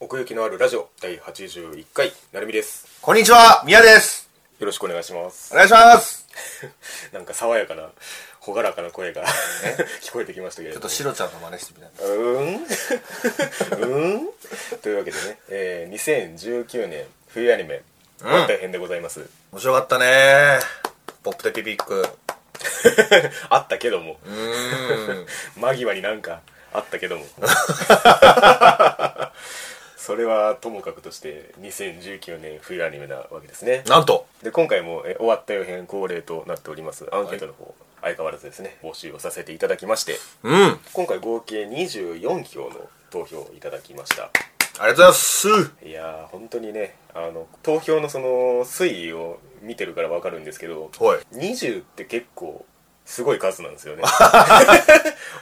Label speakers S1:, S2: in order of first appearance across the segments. S1: 奥行きのあるラジオ第81回なるみです
S2: こんにちは、宮です。
S1: よろしくお願いします
S2: お願いします。
S1: なんか爽やかな朗らかな声が 聞こえてきましたけれ
S2: ち
S1: ど
S2: ょっと
S1: も
S2: シロちゃんの真似してみたいな。
S1: うーんうーんというわけでね、えー2019年冬アニメ大変でございます、
S2: 面白かったねポップテピピック。
S1: あったけども
S2: うーん。
S1: 間際になんかあったけ どもそれはともかくとして2019年冬アニメなわけですね
S2: なんと、
S1: で今回も、えー終わった予編恒例となっておりますアンケートの方、相変わらずですね募集をさせていただきまして
S2: うん。あり
S1: 今回合計24票の投票をいただきました
S2: がとうございます。
S1: いやー本当にねあの投票のその推移を見てるからわかるんですけど
S2: はい。
S1: 20って結構すごい数なんですよね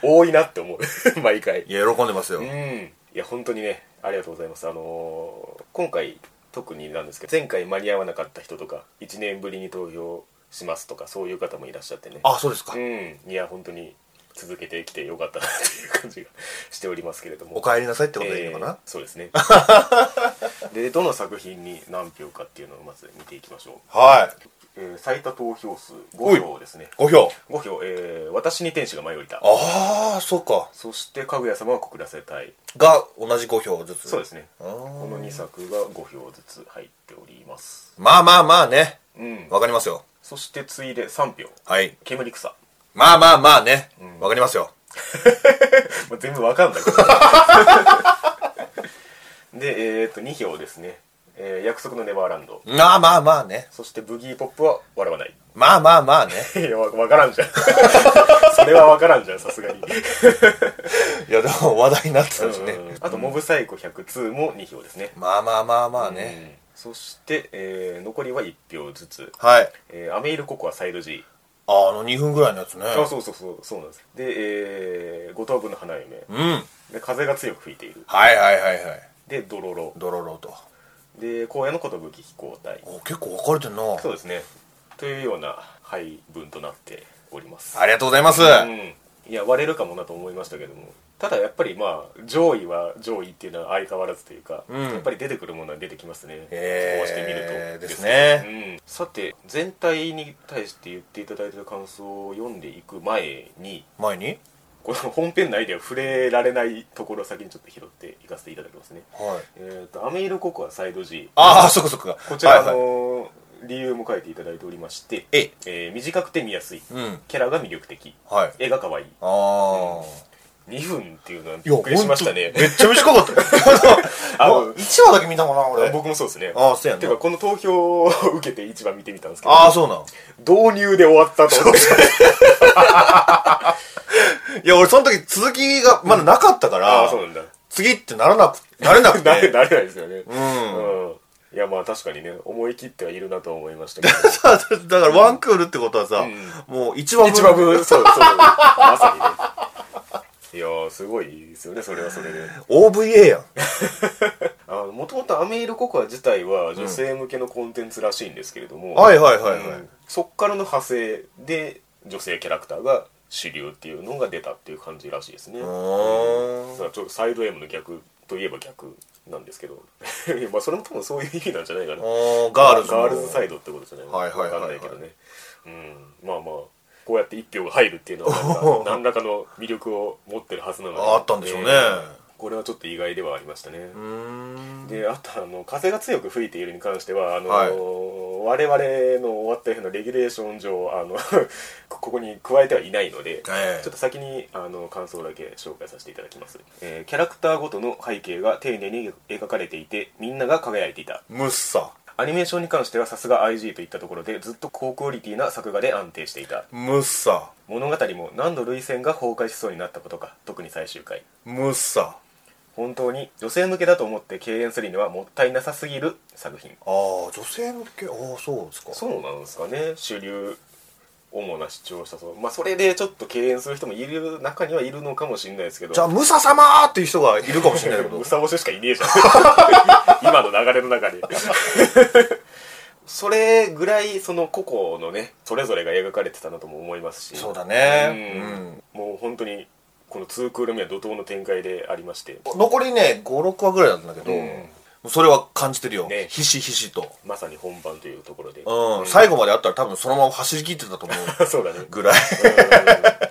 S1: 多いなって思う毎回
S2: いや、喜んでますよ
S1: う。んいや本当にねありがとうございますあのー今回特になんですけど前回間に合わなかった人とか1年ぶりに投票しますとかそういう方もいらっしゃってね
S2: あ、そうですか
S1: う。んいや本当に続けてきてよかったなっていう感じが しておりますけれども
S2: お帰りなさいってことでいいのか
S1: えー
S2: な
S1: そうです ねでどの作品に何票かっていうのをまず見ていきましょ
S2: は
S1: う、えー最多投票数
S2: おい
S1: 5票ですね
S2: い。5票。
S1: 5票、えー私に天使が舞い降りた
S2: あー、そうか。
S1: そしてかぐや様は告らせたい
S2: が、同じ5票ずつ。
S1: そうですね
S2: あー
S1: この2作が5票ずつ入っております
S2: まあまあまあね。
S1: うん
S2: わかりますよ。
S1: そして次いで3票
S2: はい。
S1: 煙草
S2: まあまあまあね。わかりますよ。
S1: まあ全部わかんないけど でえー、っと2票ですね、えー約束のネバーランド
S2: まあまあまあね。
S1: そしてブギーポップは笑わない
S2: まあまあまあね。
S1: いやわわからんじゃん それはわからんじゃんさすがに、
S2: いや、でも話題になってたんですね。
S1: うんあとモブサイコ102も2票ですね
S2: まあまあまあまあね。
S1: うんそして、えー残りは1票ずつ、
S2: はい。
S1: えーアメイルココアサイド G
S2: ああの2分ぐらいのやつね
S1: あそうそうそうそうなんですでえー「五等分の花嫁
S2: うんはい」
S1: で「風が強く吹いている
S2: はいはいはい」
S1: で「ドロロ
S2: ドロロと」
S1: で「荒野の寿飛行隊
S2: お結構分かれてんな」
S1: そうですねというような配分となっております
S2: ありがとうございます、
S1: うんいや割れるかもなと思いましたけどもただやっぱりまあ上位は上位っていうのは相変わらずというか、
S2: うん
S1: やっぱり出てくるものは出てきますね、
S2: えー
S1: こうして見ると
S2: ですね
S1: うん、さて全体に対して言っていただいてる感想を読んでいく前に
S2: 前に
S1: この本編内では触れられないところを先にちょっと拾っていかせていただきますね
S2: はい
S1: えっ、とアメイルココアサイド G
S2: ああそこそこ
S1: こちら、あ
S2: はいはい、
S1: のー理由も書いていただいておりまして、
S2: えい
S1: えー短くて見やすい、
S2: うん
S1: キャラが魅力的
S2: はい
S1: 絵が可愛い
S2: ああ、
S1: 2分っていうのはいび
S2: や
S1: っくりしましたね
S2: ほんとめっちゃ短かった
S1: あ
S2: よ
S1: の
S2: 1話だけ見たかな俺
S1: 僕もそうですね
S2: ああそうやん
S1: て
S2: な
S1: かこの投票を受けて一番見てみたんですけど
S2: ああそうなん
S1: 導入で終わったと思って
S2: いや俺その時続きがまだなかったか
S1: あ
S2: ら、
S1: あそうなんだ
S2: 次ってならなくな れなく て
S1: なれなれないですよね
S2: うん
S1: うんいやまあ確かにね思い切ってはいるなとは思いましたけど
S2: さあ だからワンクールってことはさ、
S1: う
S2: もう1話分
S1: 一番分そうそうまさにねいやーすごいですよねそれはそれで
S2: OVA やん
S1: もともとアメイルココア自体は女性向けのコンテンツらしいんですけれども、
S2: はいはいはいはい、
S1: うんそっからの派生で女性キャラクターが主流っていうのが出たっていう感じらしいですね、
S2: ー
S1: うんだからちょっとサイド M の逆といえば逆なんですけど いやまあそれも多分そういう意味なんじゃないかな
S2: おーガールズの
S1: ガールズサイドってことじゃない
S2: はいはいはいはい
S1: わかんないけどねうんまあまあこうやって一票が入るっていうの はなんか何らかの魅力を持ってるはずなので
S2: ああったんでしょうね
S1: これはちょっと意外ではありましたね、
S2: うーん
S1: であとあの風が強く吹いているに関してはあの、
S2: はい
S1: 我々の終わった日のレギュレーション上あの こここに加えてはいないので、
S2: ええ
S1: ちょっと先にあの感想だけ紹介させていただきます、えーキャラクターごとの背景が丁寧に描かれていてみんなが輝いていた
S2: ムッサ
S1: アニメーションに関してはさすが IG といったところでずっと高クオリティな作画で安定していた
S2: ムッサ
S1: 物語も何度涙腺が崩壊しそうになったことか特に最終回
S2: ムッサ
S1: 本当に女性向けだと思って敬遠するにはもったいなさすぎる作品
S2: ああ女性向けああそうですか
S1: そうなんですかね主流主な主張したそうまあそれでちょっと敬遠する人もいる中にはいるのかもしれないですけど
S2: じゃあムサ様ーっていう人がいるかもしれないけ ど
S1: うさぼししかいねえじゃん今の流れの 中でそれぐらいその個々のねそれぞれが描かれてたなとも思いますし
S2: そうだね
S1: うんもう本当にこの2クール目は怒涛の展開でありまして
S2: 残りね56話ぐらいなんだけど、
S1: うん
S2: もうそれは感じてるよ、
S1: ね
S2: ひしひしと、
S1: まさに本番というところで、
S2: うん最後まであったら多分そのまま走り切ってたと 思う
S1: そうだね
S2: ぐらい、
S1: うん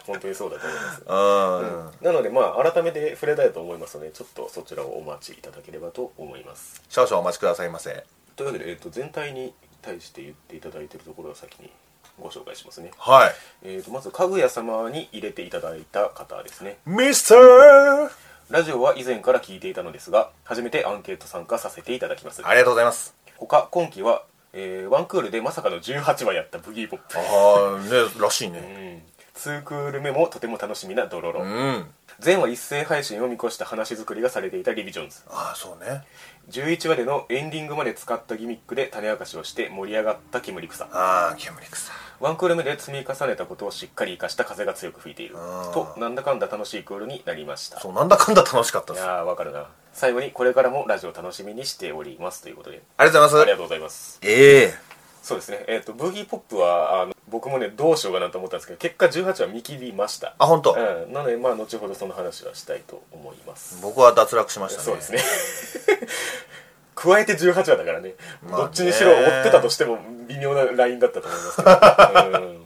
S1: 本当にそうだと思います
S2: うん
S1: なのでまあ改めて触れたいと思いますのでちょっとそちらをお待ちいただければと思います
S2: 少々お待ちくださいませ
S1: というわけで、えっと全体に対して言っていただいているところを先にご紹介しますね、
S2: はい
S1: えっとまずかぐや様に入れていただいた方ですね
S2: ミスター
S1: ラジオは以前から聞いていたのですが初めてアンケート参加させていただきます
S2: ありがとうございます
S1: 他今期は、えーワンクールでまさかの18話やったブギーポップ
S2: ああねらしい
S1: うん
S2: ね
S1: 2クール目もとても楽しみなドロロ、
S2: うん
S1: 前は一斉配信を見越した話作りがされていたリビジョンズ
S2: ああそうね
S1: 11話でのエンディングまで使ったギミックで種明かしをして盛り上がった煙草
S2: ああ煙草
S1: ワンクール目で積み重ねたことをしっかり生かした風が強く吹いている
S2: あー
S1: となんだかんだ楽しいクールになりました
S2: そうなんだかんだ楽しかった
S1: い
S2: です
S1: やーわかるな最後にこれからもラジオ楽しみにしておりますということで
S2: ありがとうご
S1: あ
S2: ざ
S1: り
S2: い
S1: が
S2: ます
S1: とうございます
S2: ええ
S1: そうですねえっ、とブギーポップはあの僕もねどうしようかなと思ったんですけど結果18話見切りました
S2: あ本当、
S1: うん、なのでまあ後ほどその話はしたいと思います
S2: 僕は脱落しましたね
S1: そうですね 加えて18話だからね,、
S2: まあね
S1: どっちにしろ追ってたとしても微妙なラインだったと思いますけど、うん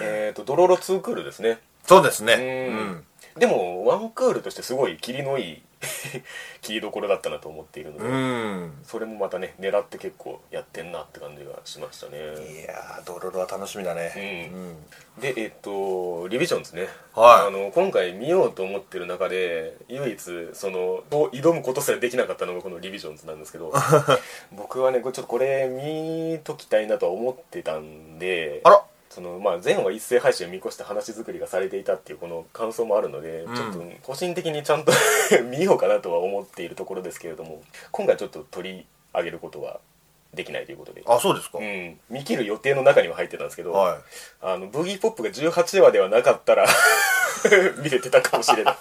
S1: えっとドロロ2クールですね
S2: そうですね
S1: う
S2: うん
S1: んでもワンクールとしてすごい切りのいい 切りどころだったなと思っているので、
S2: うん
S1: それもまたね狙って結構やってんなって感じがしましたね
S2: いやードロロは楽しみだね、
S1: うんでえっとリビジョンですね、
S2: はい
S1: あの今回見ようと思ってる中で唯一そのこう挑むことすらできなかったのがこのリビジョンズなんです けど僕はねこれちょっとこれ見ときたいなとは思ってたんで
S2: あら
S1: そのまあ、前は一斉配信を見越して話作りがされていたっていうこの感想もあるので、
S2: うん
S1: ちょっと個人的にちゃんと 見ようかなとは思っているところですけれども今回ちょっと取り上げることはできないということで、
S2: あそうですか、
S1: うん、見切る予定の中には入ってたんですけど、
S2: はい
S1: あのブギーポップが18話ではなかったら 見れてたかもしれない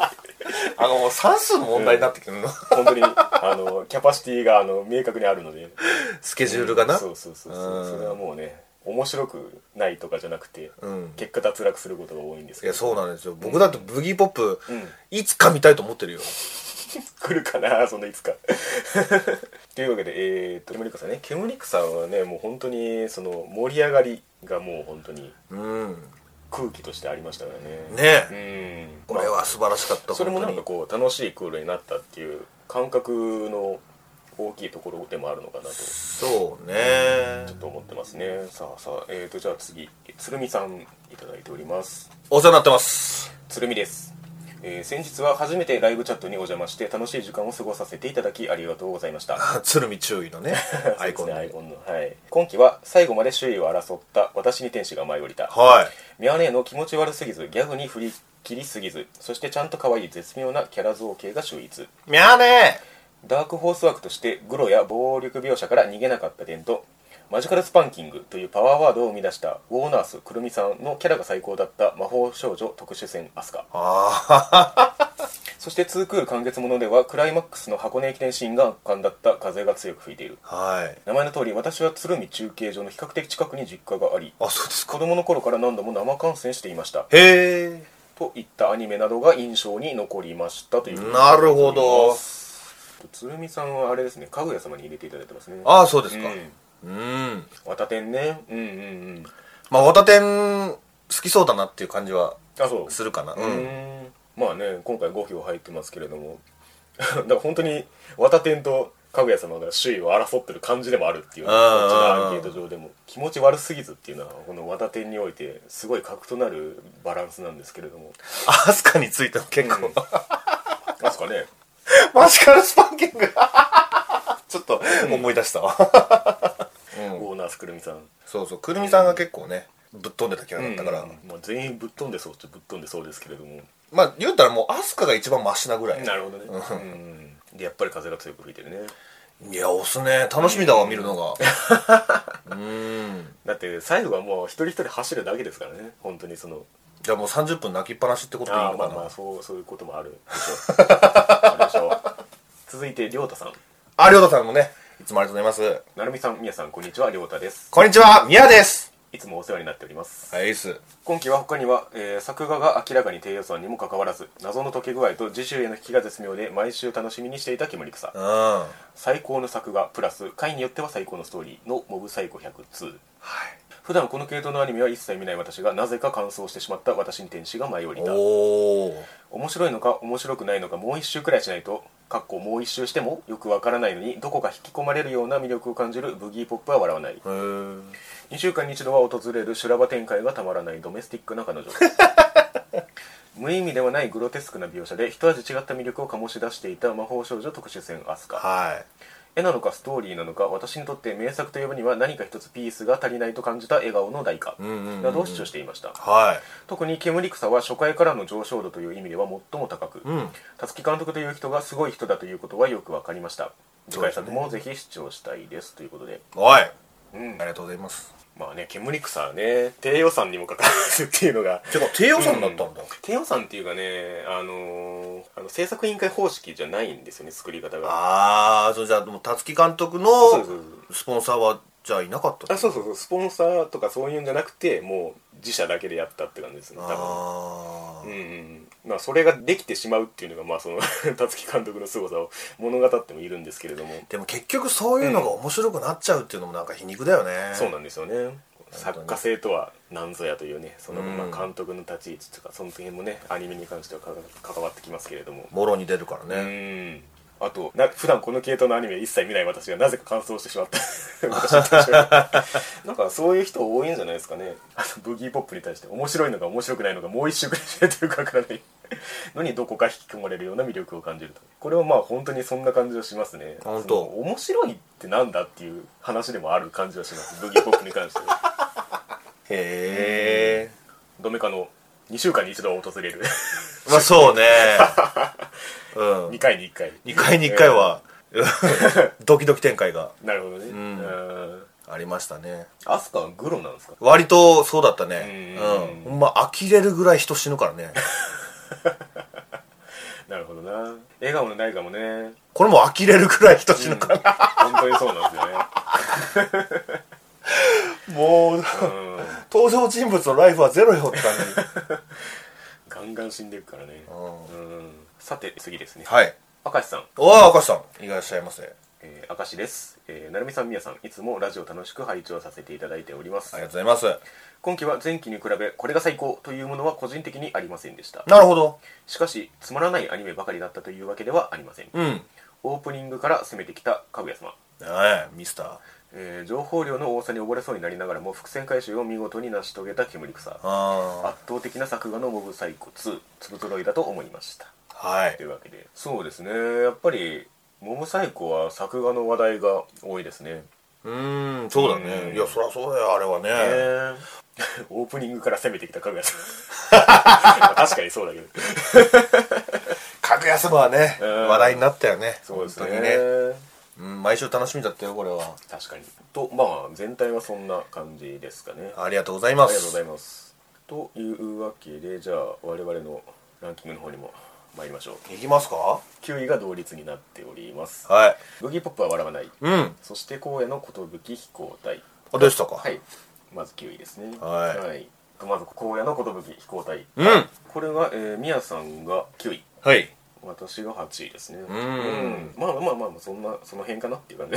S2: あの算数の問題になってくるの、
S1: 本当にあのキャパシティがあの明確にあるので
S2: スケジュールがな、
S1: そうそうそう
S2: う
S1: そうんそれはもうね面白くないとかじゃなくて、
S2: うん
S1: 結果脱落することが多いんです
S2: い
S1: け
S2: や
S1: ど
S2: そうなんですよ僕だってブギーポップ、
S1: うん
S2: いつか見たいと思ってるよ
S1: 来るかなそんないつか というわけでえー、っと煙草さんね煙草さんはねもう本当にその盛り上がりがもう本当に
S2: うん
S1: 空気としてありましたからね
S2: ねえ、
S1: ねうん
S2: これは素晴らしかった
S1: それもなんか
S2: 本
S1: こう楽しいクールになったっていう感覚の大きいところでもあるのかなと
S2: 当
S1: ち
S2: にそうね
S1: ょっと思ってますねさあさあえーとじゃあ次鶴見さんいただいております
S2: お世話になってます
S1: 鶴見です、えー先日は初めてライブチャットにお邪魔して楽しい時間を過ごさせていただきありがとうございました
S2: あ鶴見注意のねアイコ ン
S1: そうですね アイ
S2: で、
S1: コンの、はい、今期は最後まで周囲を争った私に天使が舞い降りた
S2: はい
S1: ミヤネ屋の気持ち悪すぎずギャグに振り切りすぎずそしてちゃんと可愛い絶妙なキャラ造形が秀逸
S2: みゃーね
S1: ダークホース枠としてグロや暴力描写から逃げなかった点とマジカルスパンキングというパワーワードを生み出したウォーナースくるみさんのキャラが最高だった魔法少女特殊戦アスカ
S2: あ
S1: そして2クール完結ものではクライマックスの箱根駅伝シーンが圧巻だった風が強く吹いている
S2: あはい
S1: 名前の通り私は鶴見中継所の比較的近くに実家があり
S2: あそうですか
S1: 子供の頃から何度も生観戦していました
S2: へえ
S1: といったアニメなどが印象に残りましたという
S2: なるほど
S1: 鶴見さんはあれですねかぐや様に入れていただいてますね
S2: ああそうです
S1: う
S2: か
S1: ん
S2: うん、
S1: わたてんねうんうんうん
S2: まあワタテン好きそうだなっていう感じは
S1: あそう
S2: するかな
S1: うーんまあね今回5票入ってますけれども だから本当にわたてんとかぐや様が首位を争ってる感じでもあるっていうこち
S2: あー
S1: らアンケート上でも気持ち悪すぎずっていうのはこのわたてんにおいてすごい格となるバランスなんですけれ ども
S2: アスカについても結構、
S1: うんなんすかね
S2: マジカルスパンキング ちょっと思い出したわ、
S1: オーナースくるみさん
S2: そうそうくるみさんが結構ねぶっ飛んでたキャラだったから、
S1: うんまあ、全員ぶっ飛んでそうっちゃぶっ飛んでそうですけれども
S2: まあ言うたらもうアスカが一番マシなぐらい
S1: なるほどねうんでやっぱり風が強く吹いてるね
S2: いや押すね楽しみだわ見るのがうーん
S1: だって最後はもう一人一人走るだけですからね本当にその
S2: じゃあもう30分泣きっぱなしってことでいい
S1: あ
S2: の
S1: あ
S2: か
S1: まあ
S2: な
S1: まあそうそういうこともあるでし ょうあるでしょう続いて亮太さん
S2: ありょうたさんもねいつもありがとうございます
S1: 成美さんみやさんこんにちは亮太です
S2: こんにちはみやです
S1: いつもお世話になっております、
S2: はい、エース。
S1: 今期は他には、えー作画が明らかに低予算にもかかわらず謎の溶け具合と次週への引きが絶妙で毎週楽しみにしていた煙草
S2: うん。は
S1: 最高の作画プラス回によっては最高のストーリーの「モブサイコ102
S2: い。」
S1: 普段この系統のアニメは一切見ない私がなぜか完走してしまった私に天使が舞い降りた
S2: おー。
S1: 面白いのか面白くないのかもう一周くらいしないとかっこもう一周してもよくわからないのにどこか引き込まれるような魅力を感じるブギーポップは笑わない
S2: へー
S1: 2週間に一度は訪れる修羅場展開がたまらないドメスティックな彼 女無意味ではないグロテスクな描写で一味違った魅力を醸し出していた魔法少女特殊戦アスカ
S2: は
S1: 絵なのかストーリーなのか私にとって名作と呼ぶには何か一つピースが足りないと感じた笑顔の代価
S2: んうんうん
S1: などを主張していました
S2: い。は
S1: 特に煙草は初回からの上昇度という意味では最も高く
S2: い。うん。
S1: 辰木監督という人がすごい人だということはよく分かりました次回作もぜひ視聴したいですということで
S2: おい。あ
S1: うん
S2: りがとうございます。
S1: まあね煙草はね低予算にもかかわらずっていうの が
S2: てか、低予算だったんだ。
S1: 低予算っていうかねあのーあの制作委員会方式じゃないんですよね作り方が
S2: あー、そうじゃあ、もう、辰木監督の
S1: そうそう
S2: スポンサーは、じゃあいなかった
S1: あそうそうそうスポンサーとかそういうんじゃなくてもう自社だけでやったって感じですね多
S2: あ
S1: 分
S2: ー
S1: うんうんまあそれができてしまうっていうのがまあその 辰木監督の凄さを物語ってもいるんですけれども
S2: でも結局そういうのが面白くなっちゃうっていうのもなんか皮肉だよね。
S1: そうなんですよね作家性とは何ぞやというねその
S2: うん
S1: まあ監督の立ち位置とかその辺もねアニメに関してはかか関わってきますけれども
S2: もろに出るから
S1: う
S2: ね。
S1: んあとな普段この系統のアニメを一切見ない私がなぜか感想してしまった 私に対してなんかそういう人多いんじゃないですかねあのブギーポップに対して面白いのか面白くないのかもう一周くらいしないとよくわからないのにどこか引き込まれるような魅力を感じるとこれはまあ本当にそんな感じはしますね
S2: 本当
S1: その面白いってなんだっていう話でもある感じはしますブギーポップに関しては
S2: へ
S1: ドメカの2週間に一度は訪れる
S2: ー。まあそう ね。うん
S1: 2。回に1回
S2: 2回に1回は、 ドキドキ展開が
S1: なるほどねうんん
S2: ありましたね。
S1: アスカはグロなんですか
S2: 割とそうだったね。
S1: う
S2: うんん。ほんま呆れるぐらい人死ぬからね。
S1: なるほどな笑顔のないかもね
S2: これも呆れるぐらい人死ぬから。
S1: 本当にそうなんですよね
S2: もう、
S1: うん
S2: 登場人物のライフはゼロよって感じ。
S1: ガンガン死んでいくからねうんさて次ですね
S2: はい。
S1: 明石さん、
S2: おー、赤石さん。いらっしゃいませ。あり
S1: えー、明石です、えー、なるみさんみやさんいつもラジオ楽しく拝聴させていただいております、
S2: がとうございます。
S1: 今期は前期に比べこれが最高というものは個人的にありませんでした
S2: なるほど。
S1: しかしつまらないアニメばかりだったというわけではありません、
S2: うん。
S1: オープニングから攻めてきたかぐや様
S2: はい、ミスター。
S1: えー情報量の多さに溺れそうになりながらも伏線回収を見事に成し遂げた煙草
S2: あ
S1: 圧倒的な作画のモブサイコ2粒揃いだと思いました
S2: あ。は
S1: と
S2: い
S1: い。うわけでそうですねやっぱりモブサイコは作画の話題が多いですね
S2: うーん、そうだ
S1: うん
S2: ね。いや、そりゃそうだよ、あれは
S1: え
S2: ね。
S1: オープニングから攻めてきたかぐやさ ん確かにそうだけど
S2: 格安部はね、
S1: うん
S2: 話題になったよね。
S1: そうですね
S2: 本当にうん、毎週楽しみだったよ、これは。
S1: 確かにとまあ全体はそんな感じですかねあ
S2: ありがとうございま
S1: り
S2: す。
S1: がとうございますというわけでじゃあ我々のランキングの方にも参りましょう
S2: いきますか
S1: 9位が同率になっております
S2: はい。
S1: ブギーポップは笑わない
S2: うん。
S1: そして荒野の寿飛行隊
S2: あ、でしたか。
S1: はい。まず9位ですね
S2: はい
S1: まず荒野の寿飛行隊
S2: うん。
S1: これが、えー、宮さんが9位
S2: はい。
S1: 私が8位ですねうんまあまあまあまあそんなその辺かなっていう感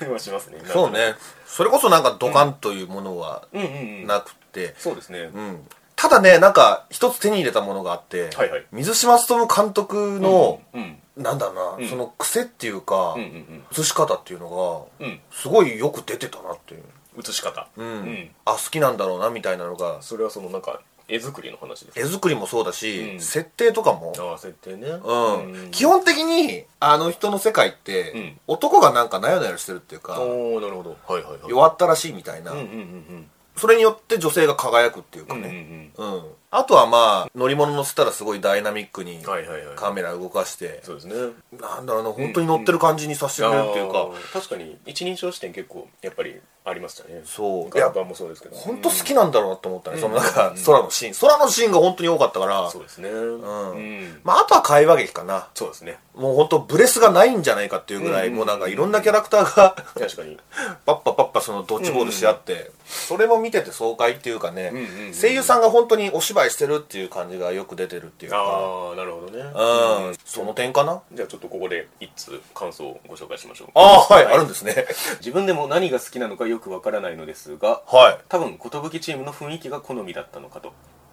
S1: じ はしますね
S2: そうね。それこそなんかドカンというものは
S1: うんうんうん
S2: なくて、
S1: そうですね、
S2: うん。ただね、なんか一つ手に入れたものがあって、
S1: はいはい
S2: 水島努監督の、
S1: うん
S2: なんだろうな、
S1: うん
S2: その癖っていうか、
S1: うんうん
S2: 映し方っていうの
S1: うんうん
S2: が、すごいよく出てたなっていう。
S1: 写し方う
S2: うんあ好きなんだろうなみたいなのが
S1: それはそのなんか絵作りの話です
S2: 絵作りもそうだし、
S1: うん
S2: 設定とかも、
S1: ああ設定ね
S2: うん
S1: うん
S2: 基本的にあの人の世界って、
S1: うん
S2: 男がなんかなよなよしてるっていうか
S1: おおなるほどはいはいはい
S2: 弱ったらしいみたいな、
S1: うんうんうん
S2: それによって女性が輝くっていう
S1: う
S2: か
S1: んうんうん
S2: ね、
S1: うん
S2: うんあとはまあ乗り物乗せたらすごいダイナミックに
S1: はいはいはい
S2: カメラ動かして、
S1: そうですね
S2: なんだろうな本当に乗ってる感じにさせてくれるっていうか、
S1: あー確かに一人称視点結構やっぱりありましたね
S2: そう
S1: ガンバンもそうですけど
S2: 本当好きなんだろうなと思ったね、そのなんか空のシーン空のシーンが本当に多かったから
S1: そうですねうん、
S2: まあ、あとは会話劇かな
S1: そうですね
S2: もう本当ブレスがないんじゃないかっていうぐらい、もうなんかいろんなキャラクターが
S1: 確かに
S2: パッパパッパかそのドッジボールし合って、それも見てて爽快っていうかね、
S1: んうんうん
S2: 声優さんが本当にお芝居してるっていう感じがよく出てるっていうか、
S1: ああなるほどね
S2: うん、その点かな
S1: じゃあちょっとここで一通感想をご紹介しましょう
S2: ああ、はい、あるんですね。
S1: 自分でも何が好きなのかよくわからないのですが
S2: は
S1: 多分寿チームの雰囲気が好みだったのかと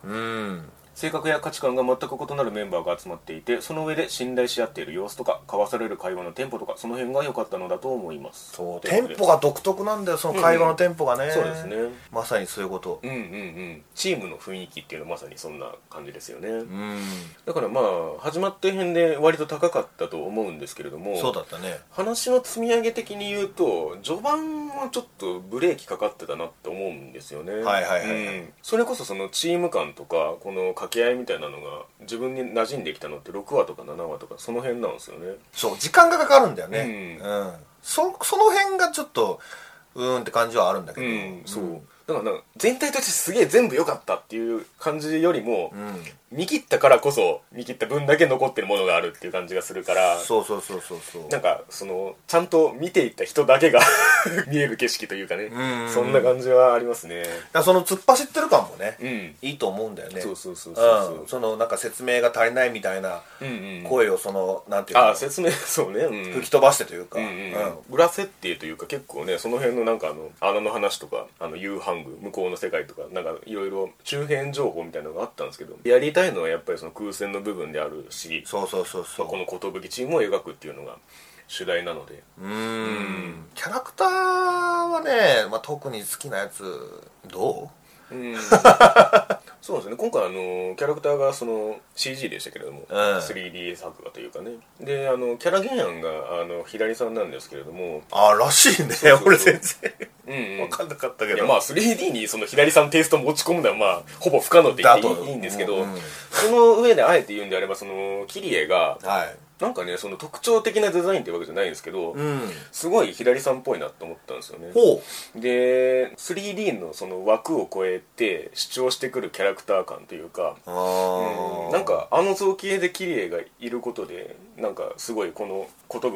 S2: い。 うん。
S1: 性格や価値観が全く異なるメンバーが集まっていてその上で信頼し合っている様子とか交わされる会話のテンポとかその辺が良かったのだと思います
S2: そう、
S1: という
S2: テ
S1: こ
S2: ン
S1: とで
S2: ポが独特なんだよ、その会話のテンポがね。
S1: そうですね
S2: まさにそういうこと。
S1: うんうんうんチームの雰囲気っていうのはまさにそんな感じですよね、
S2: うん。
S1: だからまあ始まって辺で割と高かったと思うんですけれども
S2: そうだったね。
S1: 話の積み上げ的に言うと序盤はちょっとブレーキかかってたなって思うんですよね
S2: はいはいはいはい
S1: うんそれこそそのチーム感とかこの掛け合いみたいなのが自分に馴染んできたのって6話とか7話とかその辺なんですよね
S2: そう、時間がかかるんだよね。
S1: う
S2: うん。そ、その辺がちょっと、うーんって感じはあるんだけど。
S1: そう、だからなんか全体としてすげえ全部良かったっていう感じよりも、
S2: うん。
S1: 見切ったからこそ見切った分だけ残ってるものがあるっていう感じがするから
S2: そうそうそうそうそう。
S1: なんかそのちゃんと見ていった人だけが 見える景色というかね、
S2: んうん
S1: そんな感じはありますね
S2: だからその突っ走ってる感もね、
S1: うん
S2: いいと思うんだよね
S1: そうそうそうそう
S2: うん、そのなんか説明が足りないみたいな
S1: うんうん
S2: 声をその、なんていうの
S1: ああ説明そうね、うん
S2: 吹き飛ばしてというか、
S1: うんうんうん裏設定というか結構ねその辺のなんかあの穴の話とかあの夕飯具向こうの世界とかなんかいろいろ周辺情報みたいなのがあったんですけどやりたいのはやっぱりその空戦の部分であるし
S2: そうそうそうそう
S1: この寿チームを描くっていうのが主題なので
S2: うーんキャラクターはね、まあ、特に好きなやつど
S1: うんそうですね今回あのキャラクターがその CG でしたけれども、
S2: うん
S1: 3D 作画というかねであのキャラ原案があの左さんなんですけれども、
S2: うあらしいね
S1: うそう
S2: 俺全然
S1: うんうん
S2: 分かんなかったけ
S1: いや
S2: ど
S1: まあ 3D にその左さんテイスト持ち込むのはまあほぼ不可能って言
S2: だ
S1: って
S2: と
S1: いいいいんですけど、
S2: うんうん
S1: その上であえて言うんであればそのキリエが
S2: はい
S1: なんかねその特徴的なデザインってわけじゃないんですけど、
S2: うん
S1: すごい左さんっぽいなと思ったんですよね
S2: ほう
S1: で 3D のその枠を超えて主張してくるキャラクター感というか
S2: あ
S1: う
S2: ー
S1: んなんかあの造形でキリエがいることでなんかすごいこの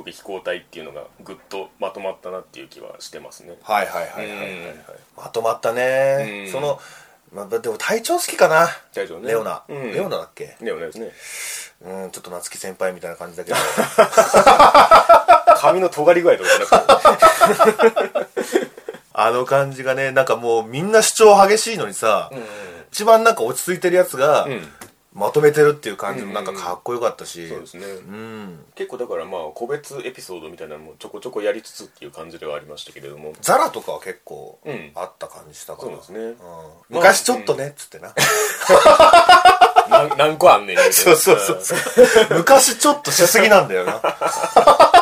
S1: 寿飛行隊っていうのがぐっとまとまったなっていう気はしてますね
S2: はいはいはいはいはい、はい
S1: うん
S2: まとまったね、
S1: うん
S2: その、まあ、でも隊長好きかな
S1: 大丈夫ね
S2: レオナ、
S1: うん
S2: レオナだっけ
S1: でもねですね
S2: うんちょっと夏希先輩みたいな感じだけど
S1: 髪の尖り具合とかじゃなくて
S2: あの感じがねなんかもうみんな主張激しいのにさ、
S1: うん
S2: 一番なんか落ち着いてるやつが、
S1: うん
S2: まとめてるっていう感じもなんかかっこよかったし、
S1: そうですね
S2: うん
S1: 結構だからまあ個別エピソードみたいなのもちょこちょこやりつつっていう感じではありましたけれども
S2: ザラとかは結構
S1: うん
S2: あった感じしたから、
S1: そうですね
S2: ん昔ちょっとね、っつっ てな
S1: な何個あんねんみたいな
S2: そうそうそう そう昔ちょっとしすぎなんだよな
S1: まあ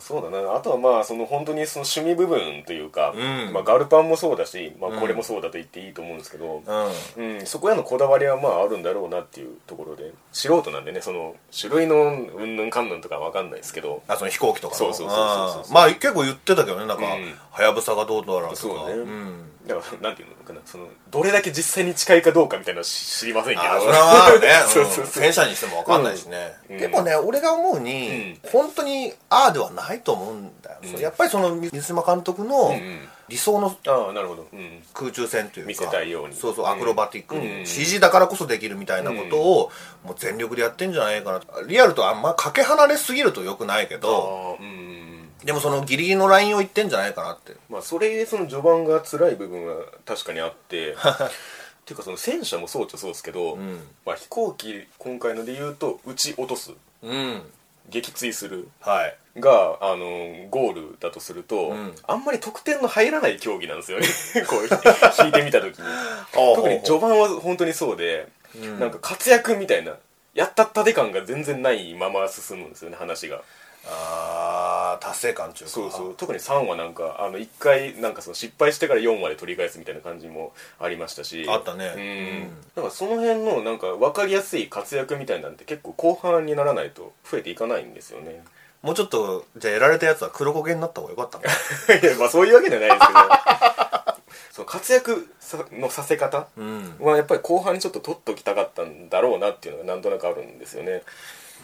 S1: そうだなあとはまあその本当にその趣味部分というか、
S2: うん
S1: まあ、ガルパンもそうだし、まあ、これもそうだと言っていいと思うんですけど、
S2: うん
S1: うん、そこへのこだわりはまああるんだろうなっていうところで素人なんでねその種類のうんぬんかんぬんとかわかんないですけど
S2: あその飛行機とかの
S1: そうそうそうそうそう
S2: あーまあ結構言ってたけどねなんか
S1: うん
S2: はやぶさがどうだらとか
S1: そうね
S2: ん
S1: だからなんていうのかなそのどれだけ実際に近いかどうかみたいなのは知知りませんけど
S2: あそれは あるね
S1: そうそう
S2: うん
S1: そう
S2: 戦車にしても分かんないしね、
S1: うん
S2: でもね俺が思うに、本当にああではないと思うんだよ、
S1: ん
S2: そうやっぱりその水島監督の
S1: ん
S2: 理想の
S1: ああなるほど、うん、
S2: 空中戦というか
S1: 見せたいように
S2: そうそう
S1: うん
S2: アクロバティック
S1: うん
S2: に CG だからこそできるみたいなことをもう全力でやってんじゃないかなリアルとあんまかけ離れすぎるとよくないけど
S1: ああうん
S2: でもそのギリギリのラインをいってんじゃないかなって
S1: まあそれでその序盤が辛い部分は確かにあって っていうかその戦車もそうっちゃそうですけど、
S2: ん
S1: まあ、飛行機今回ので言うと撃ち落とす
S2: うん
S1: 撃墜する
S2: はい
S1: があのゴールだとすると、
S2: うん
S1: あんまり得点の入らない競技なんですよ ねこう引いてみた時に特に序盤は本当にそうで、
S2: うん
S1: なんか活躍みたいなやったったで感が全然ないまま進むんですよね話が
S2: あー達成感中
S1: そうそう特に3話なんかあの1回なんかその失敗してから4話で取り返すみたいな感じもありましたし
S2: あったね
S1: うん、
S2: うん
S1: だからその辺のなんか分かりやすい活躍みたいなんて結構後半にならないと増えていかないんですよね
S2: もうちょっとじゃあやられたやつは黒焦げになった方がよ かったの
S1: いやまあそういうわけじゃないですけ どその活躍さのさせ方
S2: うん
S1: はやっぱり後半にちょっと取っときたかったんだろうなっていうのがなんとなくあるんですよね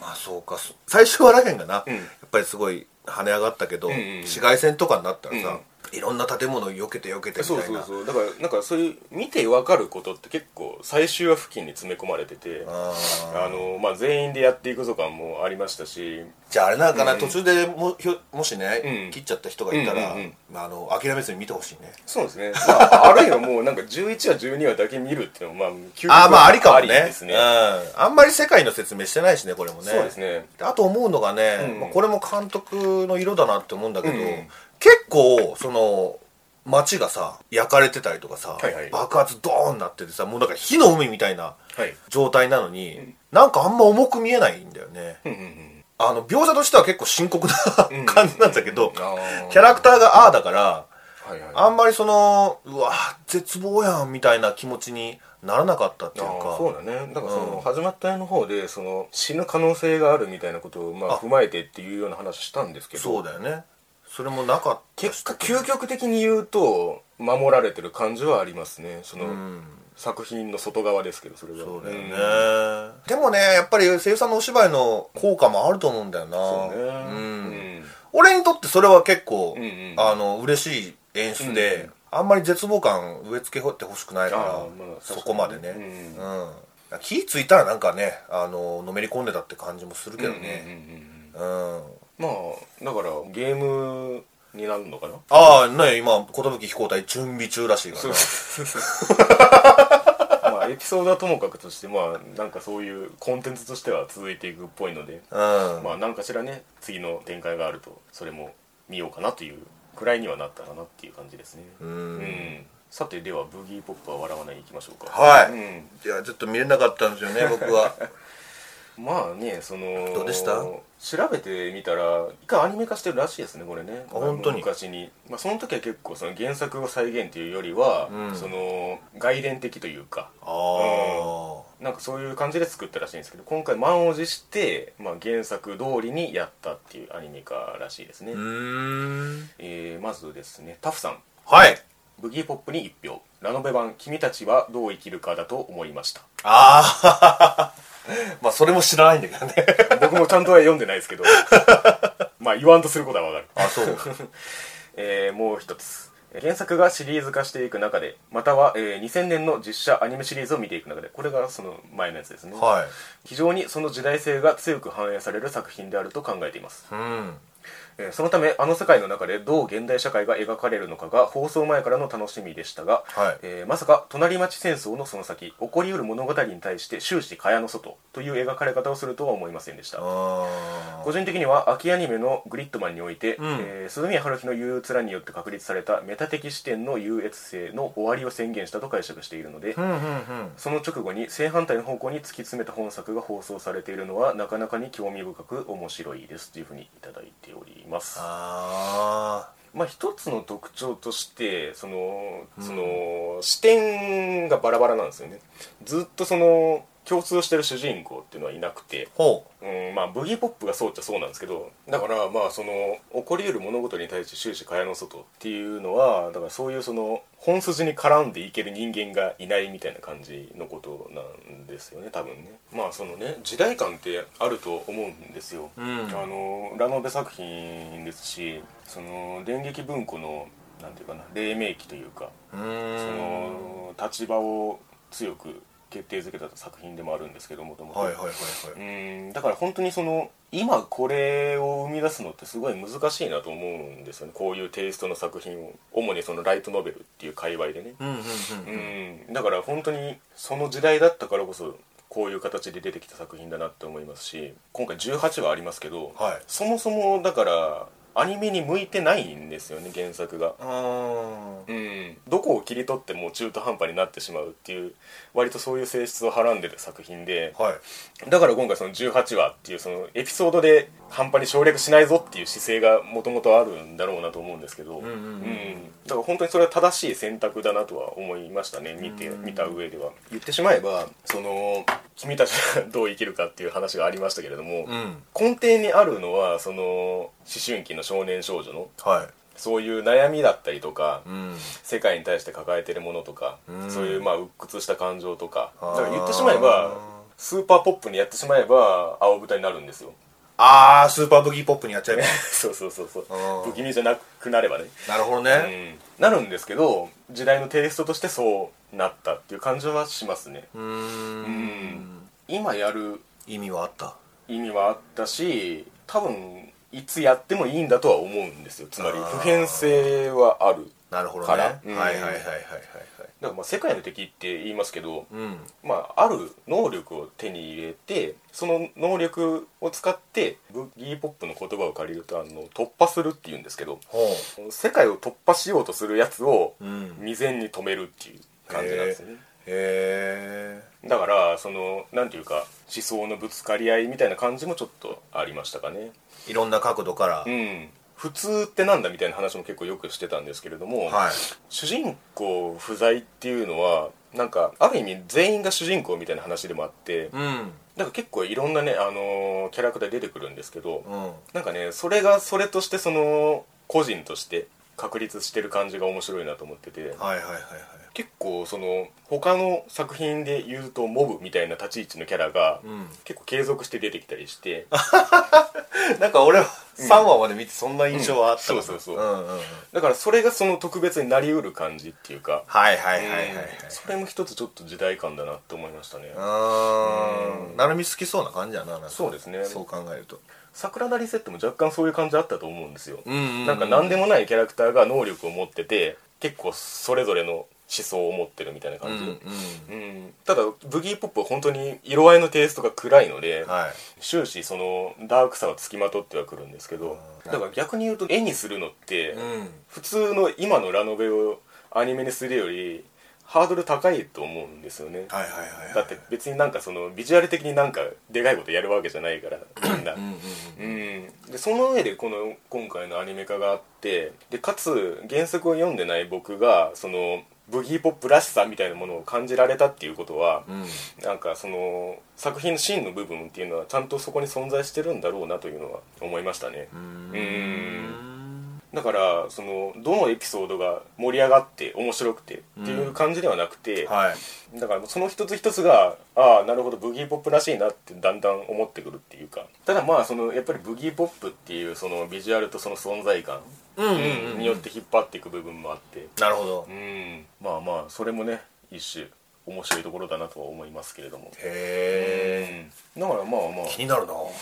S2: まあそうかそ最初はらへんがな、
S1: うん
S2: やっぱりすごい跳ね上がったけど、
S1: んうん
S2: 紫外線とかになったらさ、いろんな建物を避けて避けてみたい
S1: そ
S2: な
S1: うそうそうだからなんかそういう見て分かることって結構最終話付近に詰め込まれてて
S2: あー
S1: あの、まあ、全員でやっていくとかもありましたし
S2: じゃああれなのかな、途中でもひょもしね、
S1: うん
S2: 切っちゃった人がいた
S1: うん
S2: ら、
S1: うんうん
S2: まあ、あの諦めずに見てほしいね
S1: そうです ね、まあ、あるいはもうなんか11話12話だけ見るっていうのはまあ究極
S2: ああまあありかもね
S1: ですね
S2: うん、あんまり世界の説明してないしねこれもね
S1: そうですね
S2: あと思うのがね、
S1: うん
S2: まあ、これも監督の色だなって思うんだけど、
S1: うん
S2: 結構その街がさ焼かれてたりとかさ、
S1: はいはい
S2: 爆発ドーンなっててさもうなんか火の海みたいな
S1: はい
S2: 状態なのに、なんかあんま重く見えないんだよね、
S1: うんうんうん
S2: あの描写としては結構深刻
S1: うん
S2: な感じなんだけど、
S1: あー
S2: キャラクターがああだから
S1: はいはい
S2: あんまりそのうわ絶望やんみたいな気持ちにならなかったっていう
S1: あ
S2: か
S1: ーそうだねだからその、
S2: うん
S1: 始まった絵の方でその死ぬ可能性があるみたいなことを、まあ、
S2: あ
S1: 踏まえてっていうような話したんですけど
S2: そうだよねそれもなかった
S1: 結果究極的に言うと守られてる感じはありますねその、
S2: うん
S1: 作品の外側ですけどそれは
S2: そうだよね、
S1: ん
S2: でもねやっぱり声優さんのお芝居の効果もあると思うんだよな
S1: そうね
S2: ん
S1: うん
S2: 俺にとってそれは結構、
S1: うんうん
S2: あの嬉しい演出で、あんまり絶望感植え付けてほしくないから、
S1: あーまあ
S2: そこまでね、
S1: 確かにねう
S2: うん気ついたらなんかねあののめり込んでたって感じもするけど
S1: うん
S2: ね
S1: うんうん
S2: うん、
S1: まあだからゲームになるのかな
S2: ああね今寿飛行隊準備中らしいからな
S1: まあエピソードはともかくとしてまあなんかそういうコンテンツとしては続いていくっぽいので
S2: うん
S1: まあ何かしらね次の展開があるとそれも見ようかなというくらいにはなったかなっていう感じですねうんさてではブギーポップは笑わないいきましょうか
S2: はい、
S1: うん
S2: いやちょっと見れなかったんですよ ね僕は
S1: まあねその
S2: どうでした
S1: 調べてみたら一回アニメ化してるらしいですねこれね
S2: あ本当に
S1: 昔に、まあ、その時は結構その原作を再現というよりは、
S2: うん
S1: その外伝的というか
S2: ああ
S1: なんかそういう感じで作ったらしいんですけど今回満を持して、まあ、原作通りにやったっていうアニメ化らしいですね、
S2: うーん
S1: えーまずですねタフさん
S2: はい
S1: ブギーポップに1票ラノベ版「君たちはどう生きるか」だと思いました
S2: ああ まあそれも知らないんだけどね
S1: 僕もちゃんとは読んでないですけ どまあ言わんとすることはわかる
S2: あそう
S1: えーもう一つえー原作がシリーズ化していく中でまたは、えー2000年の実写アニメシリーズを見ていく中でこれがその前のやつですね、
S2: はい
S1: 非常にその時代性が強く反映される作品であると考えています、
S2: うん
S1: えーそのためあの世界の中でどう現代社会が描かれるのかが放送前からの楽しみでしたが、
S2: はい
S1: えーまさか隣町戦争のその先起こりうる物語に対して終始蚊帳の外という描かれ方をするとは思いませんでした
S2: あ
S1: 個人的には秋アニメの「グリッドマン」において、
S2: ん
S1: えー鈴宮春日の憂鬱らによって確立されたメタ的視点の優越性の終わりを宣言したと解釈しているので、
S2: うんうんうん
S1: その直後に正反対の方向に突き詰めた本作が放送されているのはなかなかに興味深く面白いですというふうにいただいております
S2: あ
S1: まあ一つの特徴としてそのその、視点がバラバラなんですよねずっとその共通してる主人公っていうのはいなくて、
S2: ーほ
S1: うんまあ、ブギーポップがそうっちゃそうなんですけどだからまあその起こり得る物事に対して終始蚊帳の外っていうのはだからそういうその本筋に絡んでいける人間がいないみたいな感じのことなんですよね多分ねまあそのね時代感ってあると思うんですよ、
S2: ん
S1: あのラノベ作品ですしその電撃文庫のなんていうかな黎明期というか
S2: ううーん
S1: その立場を強く決定づけた作品でもあるんですけどもともと
S2: はいはいはいは
S1: う
S2: い
S1: んだから本当にその今これを生み出すのってすごい難しいなと思うんですよねこういうテイストの作品を主にそのライトノベルっていう界隈でね
S2: うんうんうん
S1: うんだから本当にその時代だったからこそこういう形で出てきた作品だなって思いますし今回18話ありますけど、
S2: はい
S1: そもそもだからアニメに向いてないんですよね原作が
S2: あ
S1: うん、どこを切り取っても中途半端になってしまうっていう割とそういう性質をはらんでる作品で
S2: ーはい
S1: だから今回その18話っていうそのエピソードで半端に省略しないぞっていう姿勢がもともとあるんだろうなと思うんですけど、
S2: んうんうん
S1: だから本当にそれは正しい選択だなとは思いましたね見て見た上では言ってしまえばその君たちがどう生きるかっていう話がありましたけれども、
S2: うん
S1: 根底にあるのはその思春期の少年少女の
S2: はい
S1: そういう悩みだったりとか、
S2: うん
S1: 世界に対して抱えてるものとか、
S2: うん
S1: そういうまあ鬱屈した感情とかだ
S2: あー
S1: から言ってしまえばスーパーポップにやってしまえば青豚になるんですよ
S2: ああスーパーブギーポップにやっちゃえば
S1: そうそうそうそう
S2: あー
S1: 不気味じゃなくなればね、
S2: なるほど
S1: う
S2: ね、
S1: ん、なるんですけど時代のテイストとしてそうなったっていう感じはしますね
S2: うーん
S1: うん今やる
S2: 意味はあった
S1: 意味はあったし多分いつやってもいいんだとは思うんですよつまり
S2: あー
S1: 普遍性はある
S2: なるほどね
S1: か
S2: はい
S1: ら
S2: はいはいはいはいはい
S1: だからまあ世界の敵って言いますけど、
S2: うん
S1: まあ、ある能力を手に入れてその能力を使ってブギーポップの言葉を借りるとあの突破するっていうんですけど
S2: ほ
S1: 世界を突破しようとするやつを
S2: ううんへ
S1: 未然に止めるっていう感じなんですよね
S2: え
S1: だからそのなんていうか思想のぶつかり合いみたいな感じもちょっとありましたかね
S2: いろんな角度から、
S1: うん普通ってなんだみたいな話も結構よくしてたんですけれども、
S2: はい
S1: 主人公不在っていうのはなんかある意味全員が主人公みたいな話でもあって、
S2: うん
S1: なんか結構いろんなね、あのーキャラクター出てくるんですけど、
S2: うん
S1: なんかねそれがそれとしてその個人として確立してる感じが面白いなと思ってて
S2: はいはいはいはい
S1: 結構その他の作品で言うとモブみたいな立ち位置のキャラが、
S2: う
S1: 結構継続して出てきたりして
S2: ん、なんか俺は3話まで見てそんな印象はあったか
S1: う
S2: な、
S1: んそうそうそうん
S2: うんん
S1: だからそれがその特別になりうる感じっていうか
S2: はいはいはいはいはい
S1: うんそれも一つちょっと時代感だなって思いましたね
S2: あーなるみ好きそうな感じやななんか
S1: そうですね
S2: そう考えると
S1: 桜田リセットも若干そういう感じあったと思うんですよ、
S2: うんうんうん
S1: なんか何でもないキャラクターが能力を持ってて結構それぞれの思想を持ってるみたいな
S2: うん
S1: 感
S2: う
S1: じ、
S2: ん
S1: うんただブギーポップは本当に色合いのテイストが暗いので、
S2: はい
S1: 終始そのダークさはつきまとってはくるんですけどだから逆に言うと絵にするのって、
S2: うん
S1: 普通の今のラノベをアニメにするよりハードル高いと思うんですよね、
S2: はいはいはいはい
S1: だって別になんかそのビジュアル的になんかでかいことやるわけじゃないからみんな
S2: うんうんうん
S1: うん、でその上でこの今回のアニメ化があってでかつ原作を読んでない僕がそのブギーポップらしさみたいなものを感じられたっていうことは、
S2: うん
S1: なんかその作品の真の部分っていうのはちゃんとそこに存在してるんだろうなというのは思いましたね、
S2: うん
S1: うんだからそのどのエピソードが盛り上がって面白くてっていう感じではなくて、
S2: はい
S1: だからその一つ一つがああなるほどブギーポップらしいなってだんだん思ってくるっていうかただまあそのやっぱりブギーポップっていうそのビジュアルとその存在感
S2: うんうんうん
S1: によって引っ張っていく部分もあって
S2: なるほど
S1: うんまあまあそれもね一種面白いところだなとは思いますけれども
S2: へえ
S1: だからまあまあ
S2: 気になるなはい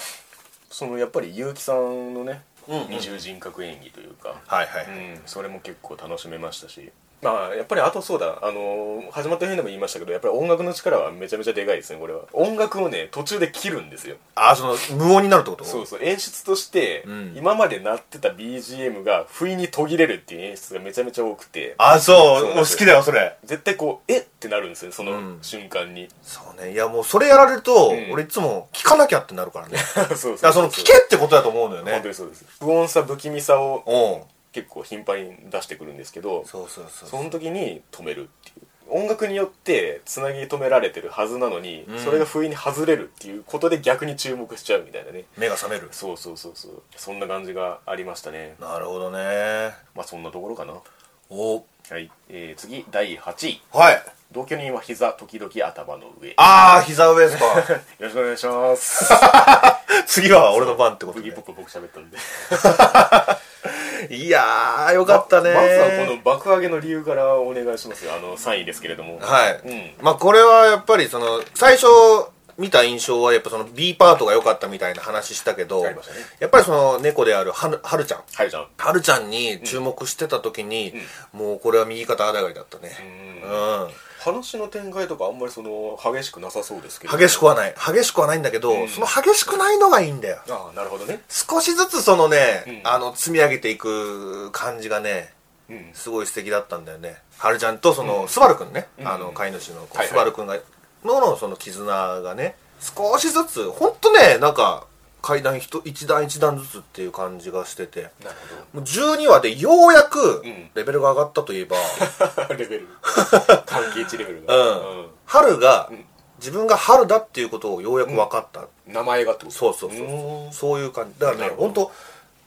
S1: そのやっぱり結城さんのね
S2: うんうん
S1: 二重人格演技というか
S2: はいはい
S1: うん、それも結構楽しめましたしまあやっぱりあとそうだあのー始まった辺でも言いましたけどやっぱり音楽の力はめちゃめちゃでかいですねこれは音楽をね途中で切るんですよ
S2: あその無音になるってこと
S1: そうそう演出として、
S2: うん
S1: 今まで鳴ってた BGM が不意に途切れるっていう演出がめちゃめちゃ多くて
S2: あそう
S1: そう
S2: お好きだよそれ
S1: 絶対こうえってなるんですよその
S2: ん
S1: 瞬間 に、
S2: そうねいやもうそれやられると、
S1: うん
S2: 俺いつも聞かなきゃってなる からねだか
S1: そうそう
S2: らその聞けってことだと思うのよ
S1: 本当
S2: ね
S1: にそうです不穏さ不気味さを
S2: うん
S1: 結構頻繁に出してくるんですけど
S2: そうそうそう
S1: その時に止めるっていう音楽によってつなぎ止められてるはずなのに、
S2: うん
S1: それが不意に外れるっていうことで逆に注目しちゃうみたいなね
S2: 目が覚める
S1: そうそうそうそうそんな感じがありましたね
S2: なるほどね
S1: まあそんなところかな
S2: お
S1: はい、えー、次第8位
S2: はい
S1: 同居人は膝時々頭の上よ
S2: ああ膝上ですか
S1: ろしくお願いします
S2: 次は俺の番ってこと
S1: ブギー
S2: ね
S1: ポップ僕喋ったんで
S2: いやーよかったね
S1: まずはこの爆上げの理由からお願いしますよあの3位ですけれども
S2: はい、
S1: う
S2: まあこれはやっぱりその最初見た印象はやっぱその B パートが良かったみたいな話したけど
S1: ありましたね
S2: やっぱりその猫であるはるはるちゃん
S1: はいじゃん
S2: はるちゃんに注目してた時に、もうこれは右肩上がりだったねうん、
S1: 話の展開とかあんまりその激しくなさそうですけど
S2: 激しくはない激しくはないんだけど、その激しくないのがいいんだよ
S1: ああなるほどね
S2: 少しずつそのね、
S1: うん
S2: あの積み上げていく感じがね
S1: うん
S2: すごい素敵だったんだよねはるちゃんとその、スバルくんね、
S1: ん
S2: あの飼い主の
S1: はいはい
S2: スバルくんがののその絆がね少しずつほんとねなんか階段一一段一段ずつっていう感じがしてて
S1: なるほど
S2: もう12話でようや
S1: う
S2: く
S1: ん
S2: レベルが上がったといえば、
S1: レベル関係値レベル
S2: うん春が、自分が春だっていうことをようやく分かった、
S1: うん名前がってこと
S2: そうそうそう
S1: うーん
S2: そういう感じだから
S1: な
S2: ね
S1: るほど
S2: 本当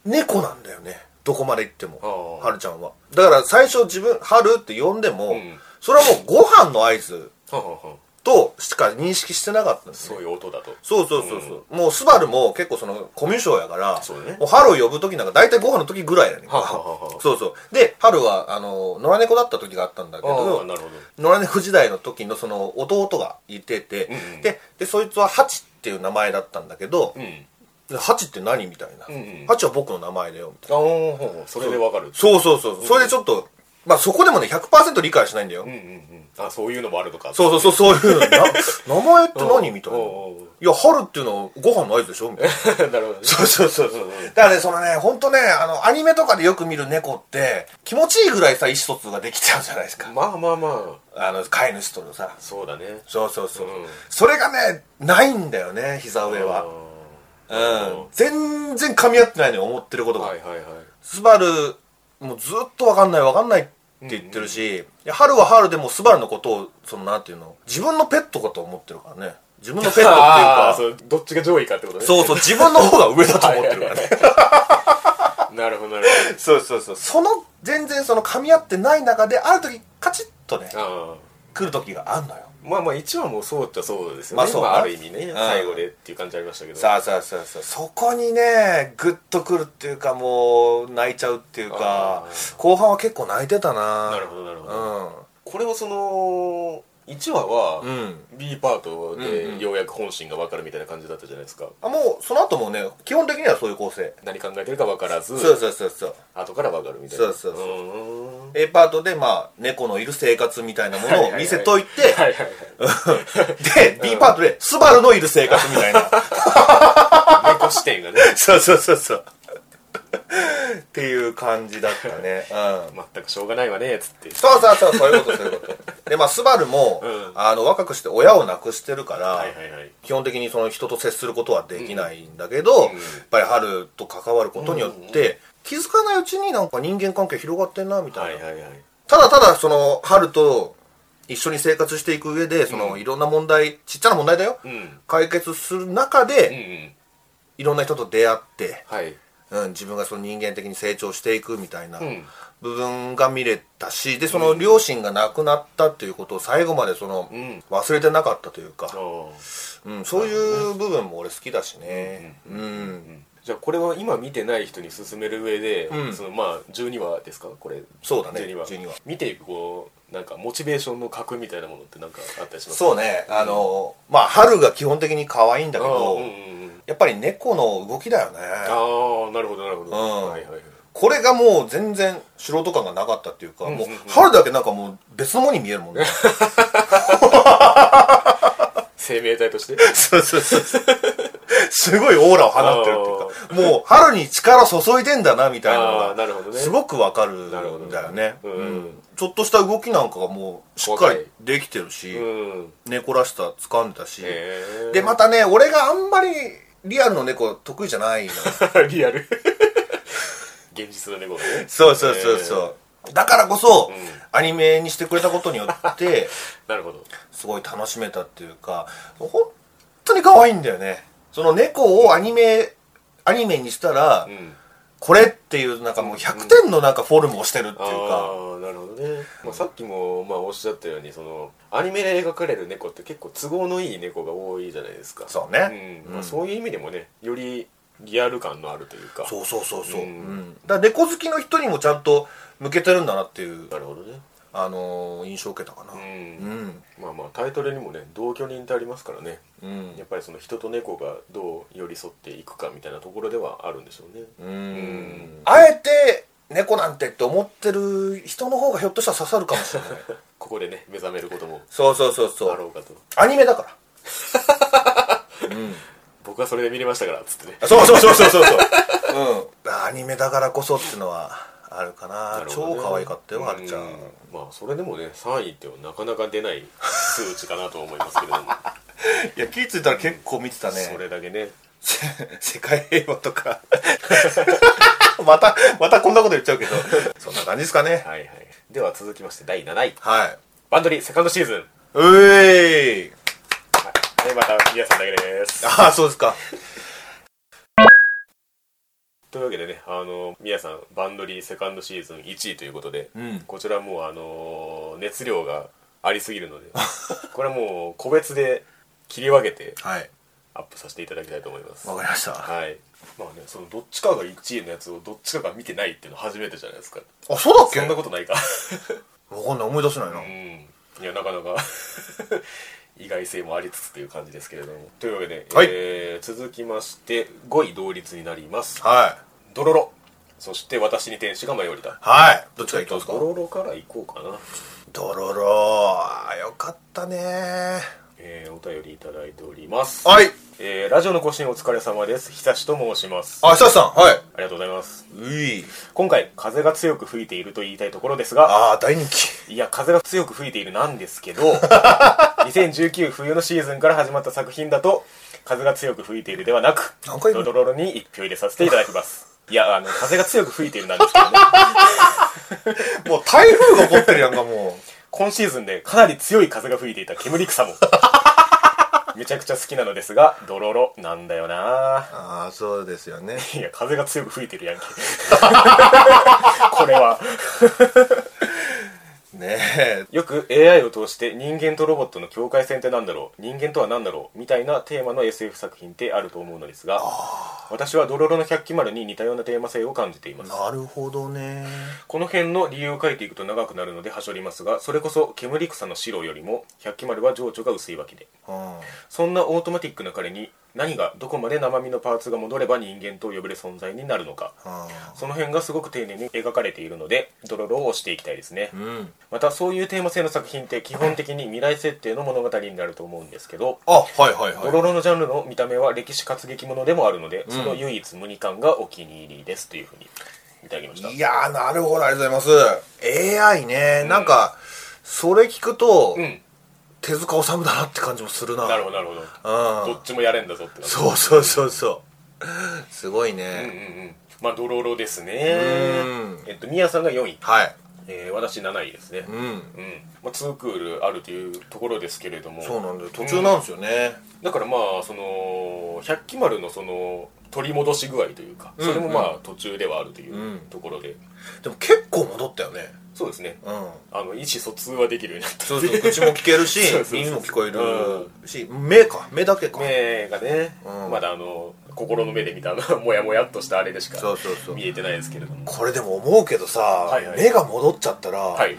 S2: 猫なんだよねどこまで行っても
S1: あー
S2: 春ちゃんはだから最初自分「春」って呼んでも、
S1: うん
S2: それはもうご飯の合図
S1: はあはあはあ
S2: としか認識してなかったんです
S1: す
S2: ね
S1: ごい音だと
S2: そうそうそうそう、もうスバルも結構そのコミュ障やから
S1: そうね
S2: もうハルを呼ぶ時なんか大体ご飯の時ぐらいやねんか
S1: はあはあはあ
S2: そうそうでハルはあの野良猫だった時があったんだけ
S1: あ
S2: ど
S1: あなるほど
S2: 野良猫時代の時のその弟がいてて、
S1: うんうん
S2: ででそいつはハチっていう名前だったんだけど
S1: う、ん
S2: でハチって何みたいな、
S1: うんうん
S2: ハチは僕の名前だよみたいな
S1: あーほうほうそれでわかる
S2: そうそうそうそれでちょっと、まあそこでもね100%理解しないんだよ、
S1: うんうんうんあそういうのもあるとか
S2: そうそうそうそういうのな名前って何みたいな
S1: お
S2: いう
S1: おう
S2: や春っていうのはご飯の合図でしょみたいな
S1: う なるほど
S2: そうそうそうそう。だからね、そのね、ほんとね、あの、アニメとかでよく見る猫って、気持ちいいぐらいさ、意思疎通ができちゃうじゃないですか。
S1: まあまあまあ
S2: あの、飼い主とのさ。
S1: そうだね
S2: そうそうそう。
S1: うん
S2: それがね、ないんだよね、膝上
S1: あ
S2: は。う
S1: ー
S2: ん。全然噛み合ってないのよ、思ってることが。
S1: はいはいはい
S2: スバル、もうずっとわかんないわかんないって言ってるし、いや春は春でもスバルのことを、その、なんていうの、自分のペットかと思ってるからね。自分のペットっていう
S1: あ
S2: か
S1: あ、そうどっちが上位かってことね
S2: そうそう、自分の方が上だと思ってるからね。
S1: なるほどなるほど
S2: そうそうそうその全然その噛み合ってない中である時カチッとね
S1: ああ
S2: 来る時があんのよ
S1: まあまあ一話もそうっちゃそうですよね、ま
S2: まあ
S1: あ
S2: そう
S1: あ、る意味
S2: う
S1: ね
S2: ん
S1: 最後でっていう感じありましたけど
S2: さあさあさあさあそこにねグッとくるっていうかもう泣いちゃうっていうか
S1: あー
S2: 後半は結構泣いてたな
S1: なるほどなるほど、これもその1話
S2: う
S1: は
S2: ん、うん、
S1: B パート
S2: うんうん
S1: でようやく本心が分かるみたいな感じだったじゃないですか、
S2: あもうその後もね基本的にはそういう構成、
S1: 何考えてるか分からず
S2: そうそうそうそう
S1: 後から分かるみたいな
S2: そうそうそう
S1: ーん
S2: A パートでまあ猫のいる生活みたいなものを見せ といて
S1: はいはい
S2: で B パートでスバルのいる生活みたいな
S1: はい猫視点がね
S2: そうそうそうそう。っていう感じだったね。うん。
S1: 全くしょうがないわねっつって
S2: そうそうそう、そういうこと、そういうこと。で、まあ、スバルも、
S1: うん
S2: あの、若くして親を亡くしてるから、
S1: はいはいはい
S2: 基本的にその人と接することはできないんだけど、
S1: うん
S2: やっぱり春と関わることによって、気づかないうちになんか人間関係広がってんな、みた
S1: はいい
S2: な。
S1: はいはい
S2: ただただ、その、春と一緒に生活していく上で、その、
S1: うん
S2: いろんな問題、ちっちゃな問題だよ。
S1: うんうん
S2: 解決する中で、
S1: うん
S2: いろんな人と出会って、
S1: はい
S2: うん、自分がその人間的に成長していくみたいな
S1: うん
S2: 部分が見れたし、でその両親が亡くなったっていうことを最後までその、
S1: うん
S2: 忘れてなかったという
S1: あ
S2: か、
S1: ー
S2: うん、そういう部分も俺好きだしね、うん
S1: じゃあこれは今見てない人に進める上で、
S2: うん
S1: そのまあ12話ですかこれ
S2: そうだね
S1: 12話
S2: 12話
S1: 見ていくこうなんかモチベーションの核みたいなものってなんかあったりします
S2: そうねあの、まあ春が基本的に可愛いんだけ
S1: あー
S2: ど、
S1: うんうんうん
S2: やっぱり猫の動きだよね
S1: あーなるほどなるほど、
S2: ん
S1: はいはいはい
S2: これがもう全然素人感がなかったっていうか、
S1: んうん
S2: もう春だけなんかもう別のものに見えるも んね
S1: 生命体として
S2: そうそうそうそう。すごいオーラを放ってるっていうか、もう春に力注いでんだなみたいな
S1: ああ
S2: の
S1: ー
S2: が、
S1: なるほどね
S2: すごくわかるんだ
S1: なるほど
S2: よね。
S1: うん
S2: うんちょっとした動きなんかがもうしっかりできてるし、
S1: うん
S2: 猫らしさ掴んでたし、
S1: へえ
S2: で、またね、俺があんまりリアルの猫得意じゃな いの。
S1: リアル現実の猫がね
S2: そうそうそうそう。だからこそ、
S1: うん
S2: アニメにしてくれたことによ って、
S1: なるほど
S2: すごい楽しめたっていうか本当に可愛いんだよねその猫をアニメアニメにしたら、
S1: うん
S2: これっていうなんかもう100点のなんかフォルムをしてるっていうか、
S1: ああなるほどね、まあ、さっきもまあおっしゃったようにそのアニメで描かれる猫って結構都合のいい猫が多いじゃないですか
S2: そうね、
S1: うんまあ、そういう意味でもねよりリアル感のあるというか
S2: そうそうそうそう、
S1: うん
S2: うんだから猫好きの人にもちゃんと向けてるんだなっていう、
S1: なるほどね
S2: あのー印象を受けたかな
S1: う、
S2: うんん
S1: まあまあタイトルにもね同居人ってありますからね
S2: うん
S1: やっぱりその人と猫がどう寄り添っていくかみたいなところではあるんでしょうね
S2: うん
S1: ん
S2: あえて猫なんてって思ってる人の方がひょっとしたら刺さるかも しれない
S1: ここでね目覚めることも
S2: そうそうそうそ
S1: あ
S2: う
S1: ろうかと
S2: アニメだからうん
S1: 僕はそれで見れましたからっつってね
S2: そうそうそうそうそうそう、うん、アニメだからこそっていうのはあるかな
S1: なるほど
S2: 超
S1: ね
S2: 可愛かったよはるちゃん
S1: うまあそれでもね3位っていうのはなかなか出ない数値かなと思いますけれど も、
S2: いや気ぃ付いたら結構見てた
S1: それだけね
S2: せ 世界平和とか またまたこんなこと言っちゃうけどそんな感じですかね
S1: はいはいでは続きまして第7位
S2: はい
S1: バンドリーセカンドシーズン、は
S2: うえい
S1: い、でまた皆さんだけです
S2: ああそうですか
S1: というわけでねあの皆さんバンドリーセカンドシーズン1位ということで、
S2: うん
S1: こちらもうあの熱量がありすぎるの でこれはもう個別で切り分けて
S2: はい
S1: アップさせていただきたいと思います
S2: わかりました、
S1: はいまあねそのどっちかが1位のやつをどっちかが見てないっていうの初めてじゃないですか
S2: あそうだっけ
S1: そんなことないか
S2: わかんない思い出せないな、
S1: うんいやなかな か意外性もありつつという感じですけれどもというわけで、
S2: はい
S1: えー続きまして5位同率になります
S2: はい
S1: ドロロそして私に天使が舞い降りた
S2: はいどっち
S1: ち
S2: が
S1: ょ
S2: い
S1: っ
S2: きま
S1: と
S2: すか
S1: ドロロからいこうかな
S2: ドロローよかったね
S1: えーお便りいただいております
S2: はい
S1: えーラジオの更新お疲れ様です久しと申しますあ
S2: あ久志さんはい
S1: りがとうございます
S2: うい
S1: 今回風が強く吹いていると言いたいところですが
S2: ああ大人気
S1: いや風が強く吹いているなんです けど2019冬のシーズンから始まった作品だと風が強く吹いているではなく
S2: 何回言
S1: ド
S2: う
S1: ロロロに一票入れさせていただきますいやあの風が強く吹いているなんですけどね
S2: もう台風が起こってるやんかも
S1: 今シーズンでかなり強い風が吹いていた煙草もめちゃくちゃ好きなのですがドロロなんだよな
S2: うああそうですよね
S1: いや、風が強く吹いてるやんけ。これは。
S2: ねえ
S1: よく AI を通して人間とロボットの境界線ってなんだろう人間とは何だろうみたいなテーマの SF 作品ってあると思うのですが、私はドロロの百鬼丸に似たようなテーマ性を感じています。
S2: なるほどね
S1: この辺の理由を書いていくと長くなるので端折りますが、それこそ煙草の白よりも百鬼丸は情緒が薄いわけで。
S2: うん
S1: そんなオートマティックな彼に何がどこまで生身のパーツが戻れば人間と呼べる存在になるのか。その辺がすごく丁寧に描かれているのでドロロを押していきたいですね、
S2: うん
S1: またそういうテーマ性の作品って基本的に未来設定の物語になると思うんですけど、
S2: あはいはいはい
S1: ドロロのジャンルの見た目は歴史活劇ものでもあるので、その唯一無二感がお気に入りですというふうにいただきました
S2: いやーなるほどありがとうございます AI ね、なんかそれ聞くと、
S1: うん
S2: 手塚治虫だなって感じもするな
S1: なるほどなるほど
S2: うん
S1: どっちもやれんだぞってな
S2: そうそうそうそうすごい
S1: うんうん
S2: ね、
S1: うんまあドロロですね
S2: うん
S1: えっとミヤさんが4位、
S2: はい
S1: えー私7位ですね
S2: うん
S1: うん、まあ、2クールあるというところですけれども
S2: そうなんだよ途中なんですよね、
S1: だからまあその百鬼丸のその取り戻し具合というかそれもまあ途中ではあるとい
S2: ん
S1: うところで、
S2: でも結構戻ったよね
S1: そうですね
S2: うん
S1: あの意思疎通はできるようになった
S2: そうそう口も聞けるし
S1: そうそうそう
S2: 耳も聞こえるし、目か目だけか、
S1: 目がね、
S2: うん
S1: まだあの心の目で見たあの もやもやっとしたあれでしか
S2: そうそうそう
S1: 見えてないですけれども
S2: これでも思うけどさ、
S1: いはい
S2: 目が戻っちゃったら、
S1: はい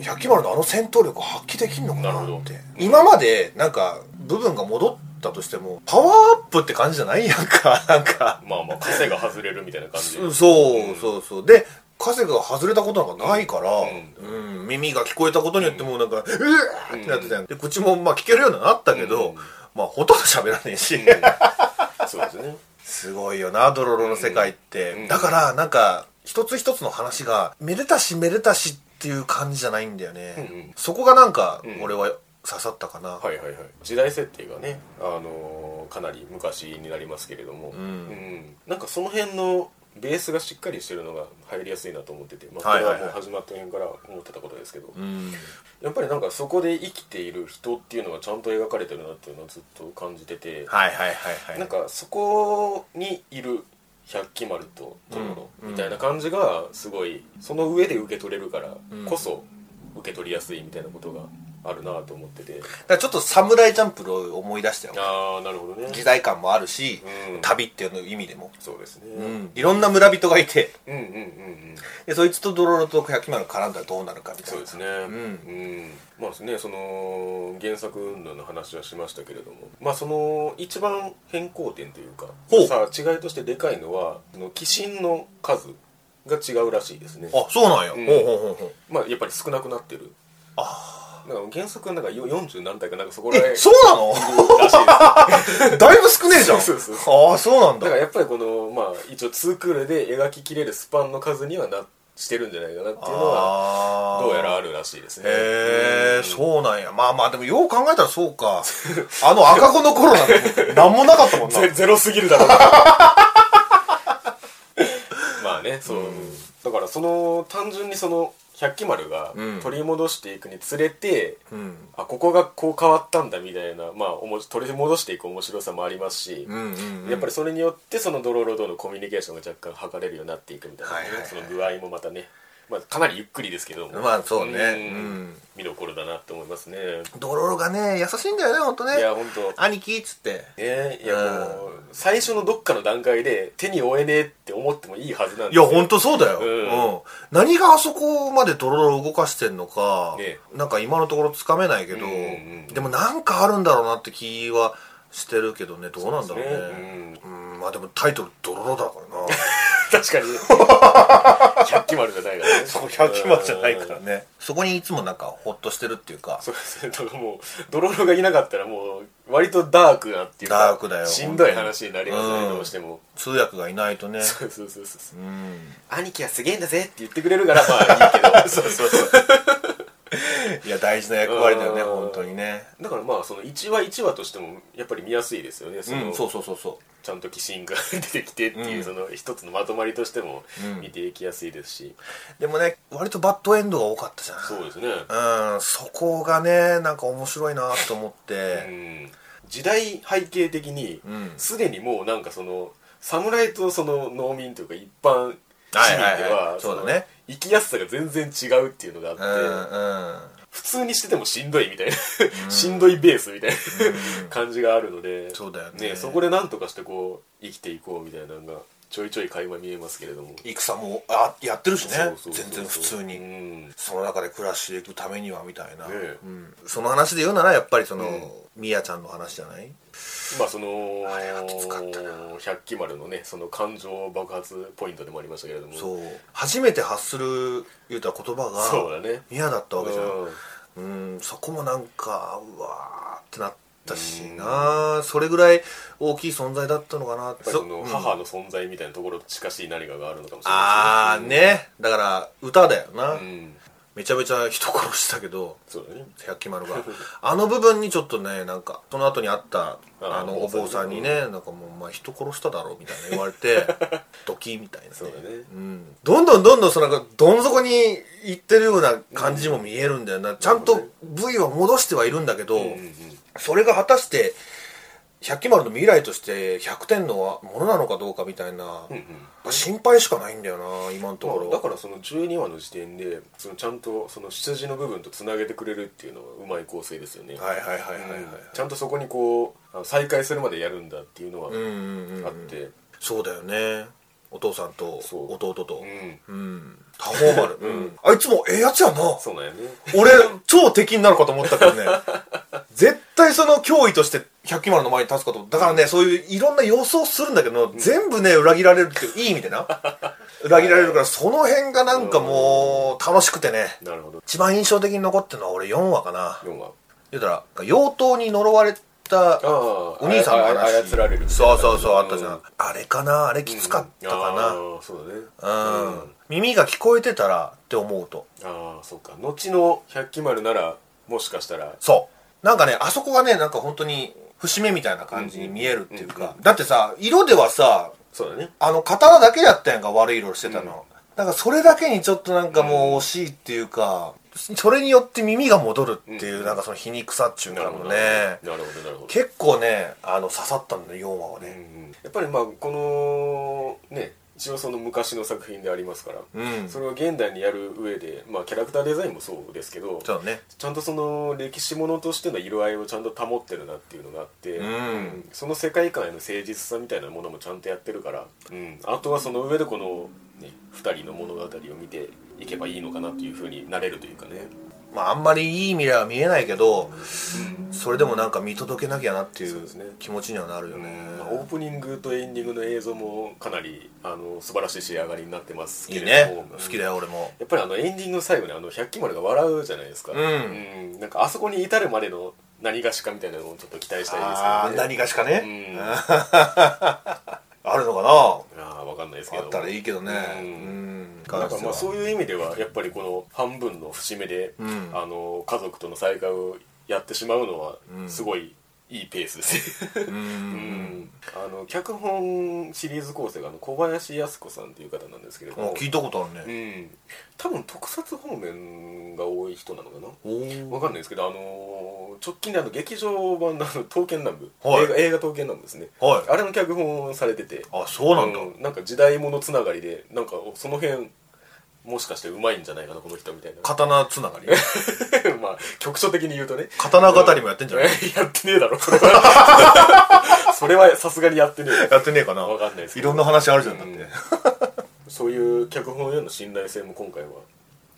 S2: 百鬼丸のあの戦闘力を発揮できんのか
S1: なる
S2: な
S1: ほど
S2: って今までなんか部分が戻ったとしてもパワーアップって感じじゃないやんか なんか
S1: まあまあ枷が外れるみたいな感じで
S2: そうそうそうで稼が外れたことなんかないから、うん耳が聞こえたことによってもうなんか「うわーってなってたやんで口もまあ聞けるようにはなったけど、
S1: うん
S2: まあほとんど喋らね えし、
S1: そうですね
S2: すごいよなドロロの世界って、
S1: うん
S2: だからなんか一つ一つの話がめでたしめでたしっていう感じじゃないんだよね、
S1: うんうん
S2: そこがなんか
S1: ん
S2: 俺は刺さったかな、
S1: はいはいはい時代設定がね、あのーかなり昔になりますけれども、うんなんかその辺のベースがしっかりしてるのが入りやすいなと思ってて、まあ、こ
S2: はい
S1: れ
S2: はい
S1: は
S2: はい
S1: もう始まった辺から思ってたことですけど、
S2: うん
S1: やっぱりなんかそこで生きている人っていうのがちゃんと描かれてるなっていうのはずっと感じてて、
S2: はいはいはいは
S1: なん
S2: い
S1: かそこにいる百鬼丸とトロ
S2: う
S1: ロ
S2: ん
S1: みたいな感じがすごいその上で受け取れるからこそ受け取りやすいみたいなことがあるなと思ってて、
S2: だからちょっと「サムライジャンプ」を思い出したよ
S1: ああなるほどね
S2: 時代感もあるし、
S1: うん
S2: 旅っていうの意味でも、
S1: そうですね、
S2: うんいろんな村人がいて
S1: うんうんうんうん
S2: でそいつとドロロと百鬼丸が絡んだらどうなるかみたい
S1: そう
S2: な
S1: ですねうんまあですねその原作云々の話はしましたけれどもまあその一番変更点というか
S2: ほう
S1: さあ違いとしてでかいのはその寄進の数が違うらしいですね
S2: あそうなんや、
S1: うん
S2: ほうほうほうほう
S1: まあやっぱり少なくなってるああ原作はなんかよ40何体かなんかそこら
S2: え
S1: 辺
S2: そうなの
S1: らしいです
S2: だいぶ少ねえじゃん
S1: そうそう
S2: ああそうなん
S1: だ
S2: だ
S1: からやっぱりこのまあ一応2クールで描ききれるスパンの数にはなしてるんじゃないかなっていうのは
S2: あー
S1: どうやらあるらしいですね
S2: へ
S1: うん
S2: えそうなんやまあまあでもよう考えたらそうか あの赤子の頃なんて何もなかったもんな
S1: ゼ ゼロすぎるだ ろうなまあねそう、だからその単純にその百鬼丸が
S2: うん
S1: 取り戻していくにつれて、
S2: うん
S1: あここがこう変わったんだみたいな、まあ、おもし取り戻していく面白さもありますし、
S2: うんうんうん
S1: やっぱりそれによってそのドロロとのコミュニケーションが若干図れるようになっていくみたいなね、
S2: はいはいはい
S1: その具合もまたねまあ、かなりゆっくりですけども
S2: まあそうね
S1: ん
S2: うん
S1: 見どころだなと思いますね
S2: ドロロがね優しいんだよね本当ね
S1: いや本当
S2: 兄貴っつって
S1: ねいやもう最初のどっかの段階で手に負えねえって思ってもいいはずなん
S2: い
S1: です
S2: や
S1: よ
S2: 本当そうだよ、
S1: う
S2: うんん何があそこまでドロドロ動かしてんのか、
S1: ね
S2: なんか今のところつかめないけど、
S1: うんうん
S2: でもなんかあるんだろうなって気はしてるけどねどうなんだ
S1: そう
S2: ろうね
S1: ですね
S2: うんまあでもタイトル「ドロロ」だからな
S1: 確かに 百鬼丸じゃないからねうん
S2: ねそこにいつもなんかホッとしてるっていうか
S1: そうですねだからもうドロロがいなかったらもう割とダークなっていうか
S2: ダークだよ
S1: しんどい話になりますね、
S2: うん
S1: どうしても
S2: 通訳がいないとね
S1: そうそうそうそう
S2: うん
S1: 兄貴はすげえんだぜって言ってくれるからまあ いいけどそうそうそう
S2: いや大事な役割だよね
S1: うん
S2: 本当にね
S1: だからまあその1話1話としてもやっぱり見やすいですよねその、
S2: うんそうそうそうそう
S1: ちゃんと鬼神が 出てきてっていう、
S2: うん
S1: その一つのまとまりとしても
S2: うん
S1: 見ていきやすいですし、
S2: でもね割とバッドエンドが多かったじゃん
S1: そうですね、
S2: うんそこがねなんか面白いなと思っ
S1: う
S2: て、
S1: ん、時代背景的に
S2: うん
S1: すで、にもうなんかその侍とその農民というか一般市
S2: はい
S1: 民で
S2: はいはい
S1: は
S2: そうだ
S1: の
S2: ね
S1: 生きやすさが全然違うっていうのがあって、
S2: うんうん
S1: 普通にしててもしんどいみたいな、しんどいベースみたいな
S2: うん
S1: 感じがあるので
S2: そうだよね
S1: そこでなんとかしてこう生きていこうみたいなのがちょいちょい垣間見えますけれども、
S2: 戦もあやってるしね
S1: そうそうそうそう
S2: 全然普通に、
S1: うん
S2: その中で暮らしていくためにはみたいな、
S1: ねえ
S2: うん、その話で言うならやっぱりその、
S1: うん
S2: ミヤちゃんの話じゃない
S1: まあその
S2: あれはきつかったな
S1: 百鬼丸のねその感情爆発ポイントでもありましたけれども
S2: そう初めて発する言うたら言葉
S1: そう
S2: が
S1: だね
S2: ミヤだったわけじゃん
S1: うん
S2: うんそこもなんかうわーってなったしなそれぐらい大きい存在だったのかなっ
S1: やっぱ
S2: て
S1: りその
S2: うん
S1: 母の存在みたいなところと近しい何かがあるのかもしれ
S2: ああ
S1: ないですね
S2: ねだから歌だよな、
S1: うん
S2: めちゃめちゃ人殺したけど
S1: そうだね
S2: 百鬼丸があの部分にちょっとねなんかその後にあった
S1: あ
S2: あのお坊さんにねなんかもう「お前人殺しただろ」みたいな言われ てドキみたいな、ね
S1: そうだね
S2: ん、どんどんどんどんそのなんかどん底に行ってるような感じも見えるんだよな、ちゃんと部位は戻してはいるんだけど、
S1: うんうん
S2: それが果たして百鬼丸の未来として100点のものなのかどうかみたいな、
S1: うんうん
S2: 心配しかないんだよな今のところ、
S1: まあだからその12話の時点でそのちゃんとその羊の部分とつなげてくれるっていうのはうまい構成ですよね
S2: はいはいはいはいはい、
S1: うんちゃんとそこにこうあの再会するまでやるんだっていうのは
S2: うんうんうんうん
S1: あって
S2: そうだよねお父さんと
S1: そう
S2: 弟と
S1: うん
S2: うん多方丸、うん、あいつもええやつやな
S1: そうなんやね
S2: 俺超敵になるかと思ったけど ね絶対その脅威として百鬼丸の前に立つかとだからねそういういろんな予想するんだけど、全部ね裏切られるっていういい意味で な裏切られるからその辺がなんかもう楽しくてね
S1: なるほど
S2: 一番印象的に残ってるのは俺4話かな
S1: 4話
S2: 言うたら妖刀に呪われた
S1: ああ
S2: お兄さんの話
S1: 操られる
S2: そうそうそうあったじゃん、
S1: う
S2: あれかなあれきつかったか
S1: ああそうだね
S2: なうん、
S1: うん
S2: 耳が聞こえてたらって思うと
S1: ああそうか後の百鬼丸ならもしかしたら
S2: そうなんかねあそこがねなんか本当に節目みたいな感じに見えるっていう
S1: うんうん
S2: か、だってさ色ではさ
S1: そうだね
S2: あの刀だけやったやんか悪い色してたの、なんかそれだけにちょっとなんかもう惜しいっていうか、それによって耳が戻るっていう、
S1: うん
S2: なんかその皮肉さっちゅう
S1: な
S2: か
S1: る
S2: も
S1: ほど
S2: ね
S1: なるほどなるほど、
S2: 結構ねあの刺さったんだよ4話は
S1: うんう
S2: ね
S1: ん、やっぱりまあこのね一応その昔の作品でありますから、
S2: うん
S1: それを現代にやる上で、まあ、キャラクターデザインもそうですけど
S2: そうだね
S1: ちゃんとその歴史ものとしての色合いをちゃんと保ってるなっていうのがあって、
S2: うん
S1: その世界観への誠実さみたいなものもちゃんとやってるから、うん、あとはその上でこの、ね、2人の物語を見ていけばいいのかなというふうになれるというかね、
S2: まあ、あんまりいい未来は見えないけど、それでもなんか見届けなきゃなってい
S1: そう
S2: う
S1: ですね
S2: 気持ちにはなるよね
S1: まあオープニングとエンディングの映像もかなりあの素晴らしい仕上がりになってます
S2: い
S1: け
S2: い
S1: れども
S2: ね好きだよ俺も
S1: やっぱりあのエンディングの最後にあの百鬼丸が笑うじゃないですか、
S2: うん
S1: んなんかあそこに至るまでの何がしかみたいなのをちょっと期待したいですけ
S2: あ
S1: ど
S2: ー
S1: ね
S2: 何
S1: が
S2: がしか
S1: う
S2: ね、
S1: んあ
S2: あるのか
S1: あ分かんないですけ
S2: な
S1: ど
S2: あったらいいけどね
S1: う
S2: うんん、
S1: なんかまあそう
S2: いう
S1: いう意味ではやっぱりこの半分の節目で、
S2: うん
S1: あの家族との再会をやってしまうのは
S2: うん
S1: すごいいいペースですね、
S2: う ん、
S1: うんあの脚本シリーズ構成があの小林靖子さんという方なんですけれど
S2: あ
S1: も、
S2: 聞いたことある
S1: う
S2: ね、
S1: ん、多分特撮方面が多い人なのかな
S2: おー
S1: わかんないですけど、あのー直近であの劇場版のあの刀剣乱舞、
S2: はい
S1: 映画映画刀剣乱舞ですね、
S2: はい
S1: あれの脚本をされてて
S2: あそうなんだ、
S1: うんなんか時代物つながりでなんかおその辺もしかしてうまいんじゃないかなこの人みたいな
S2: 刀つながり
S1: まあ局所的に言うとね
S2: 刀語りもやってんじゃない
S1: やってねえだろそれは それはさすがにやってねえ
S2: やってねえかな
S1: わかんないですけ
S2: い
S1: ど
S2: ろんな話あるじゃんだって、
S1: うんそういう脚本への信頼性も今回は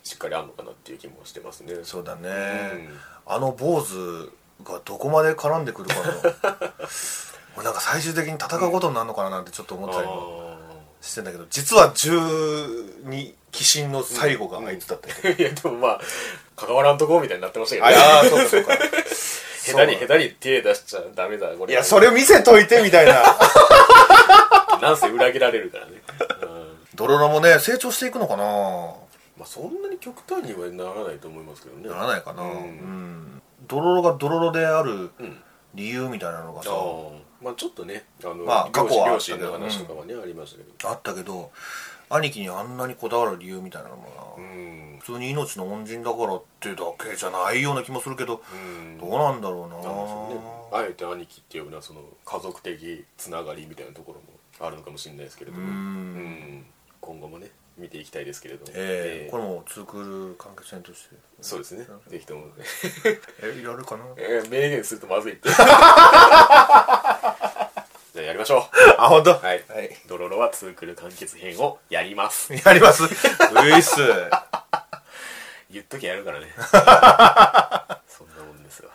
S1: しっかりあるのかなっていう気もしてますね
S2: そうだね、
S1: ん
S2: あの坊主がどこまで絡んで くるかの俺なんか最終的に戦うことになるのかななんてちょっと思
S1: あ
S2: ったりも
S1: ー
S2: してんだけど実は12鬼神の最後があいつだったりとか、
S1: いやでもまあ関わらんとこみたいになってましたけど
S2: あい
S1: ね
S2: やーそうかそう か
S1: 下手に
S2: そ
S1: 下
S2: う
S1: 手に手出しちゃダメだこれ
S2: いやそれ見せといてみたい な
S1: なんせ裏切られるからね、うん
S2: ドロロもね成長していくのかな
S1: まあ、そんなに極端にはならないと思いますけどね
S2: ならないかなう、
S1: うんん
S2: ドロロがドロロである
S1: うん
S2: 理由みたいなのが
S1: あ
S2: さ、
S1: ーまあちょっとねあの、
S2: まあ過去はあ
S1: 両
S2: った
S1: 親
S2: け
S1: 両
S2: ど
S1: 親の話とかはね、ありましたけど
S2: あったけど兄貴にあんなにこだわる理由みたいなのもな、
S1: うん
S2: 普通に命の恩人だからってだけじゃないような気もするけど、
S1: うん
S2: どうなんだろうな
S1: なんでしょうねあえて兄貴っていうのはその家族的つながりみたいなところもあるのかもしれないですけれども
S2: うーん
S1: うん今後もね見ていきたいですけれども、え
S2: ええ
S1: え
S2: これもツークール完結編として
S1: そうですねぜひとも、
S2: えやるかな
S1: えー明言するとまずいってじゃあやりましょ
S2: あ本当は
S1: うはい、
S2: はい、
S1: ドロロはツークル完結編をやります
S2: やりますういっす
S1: 言っときゃやるからねそんなもんですよ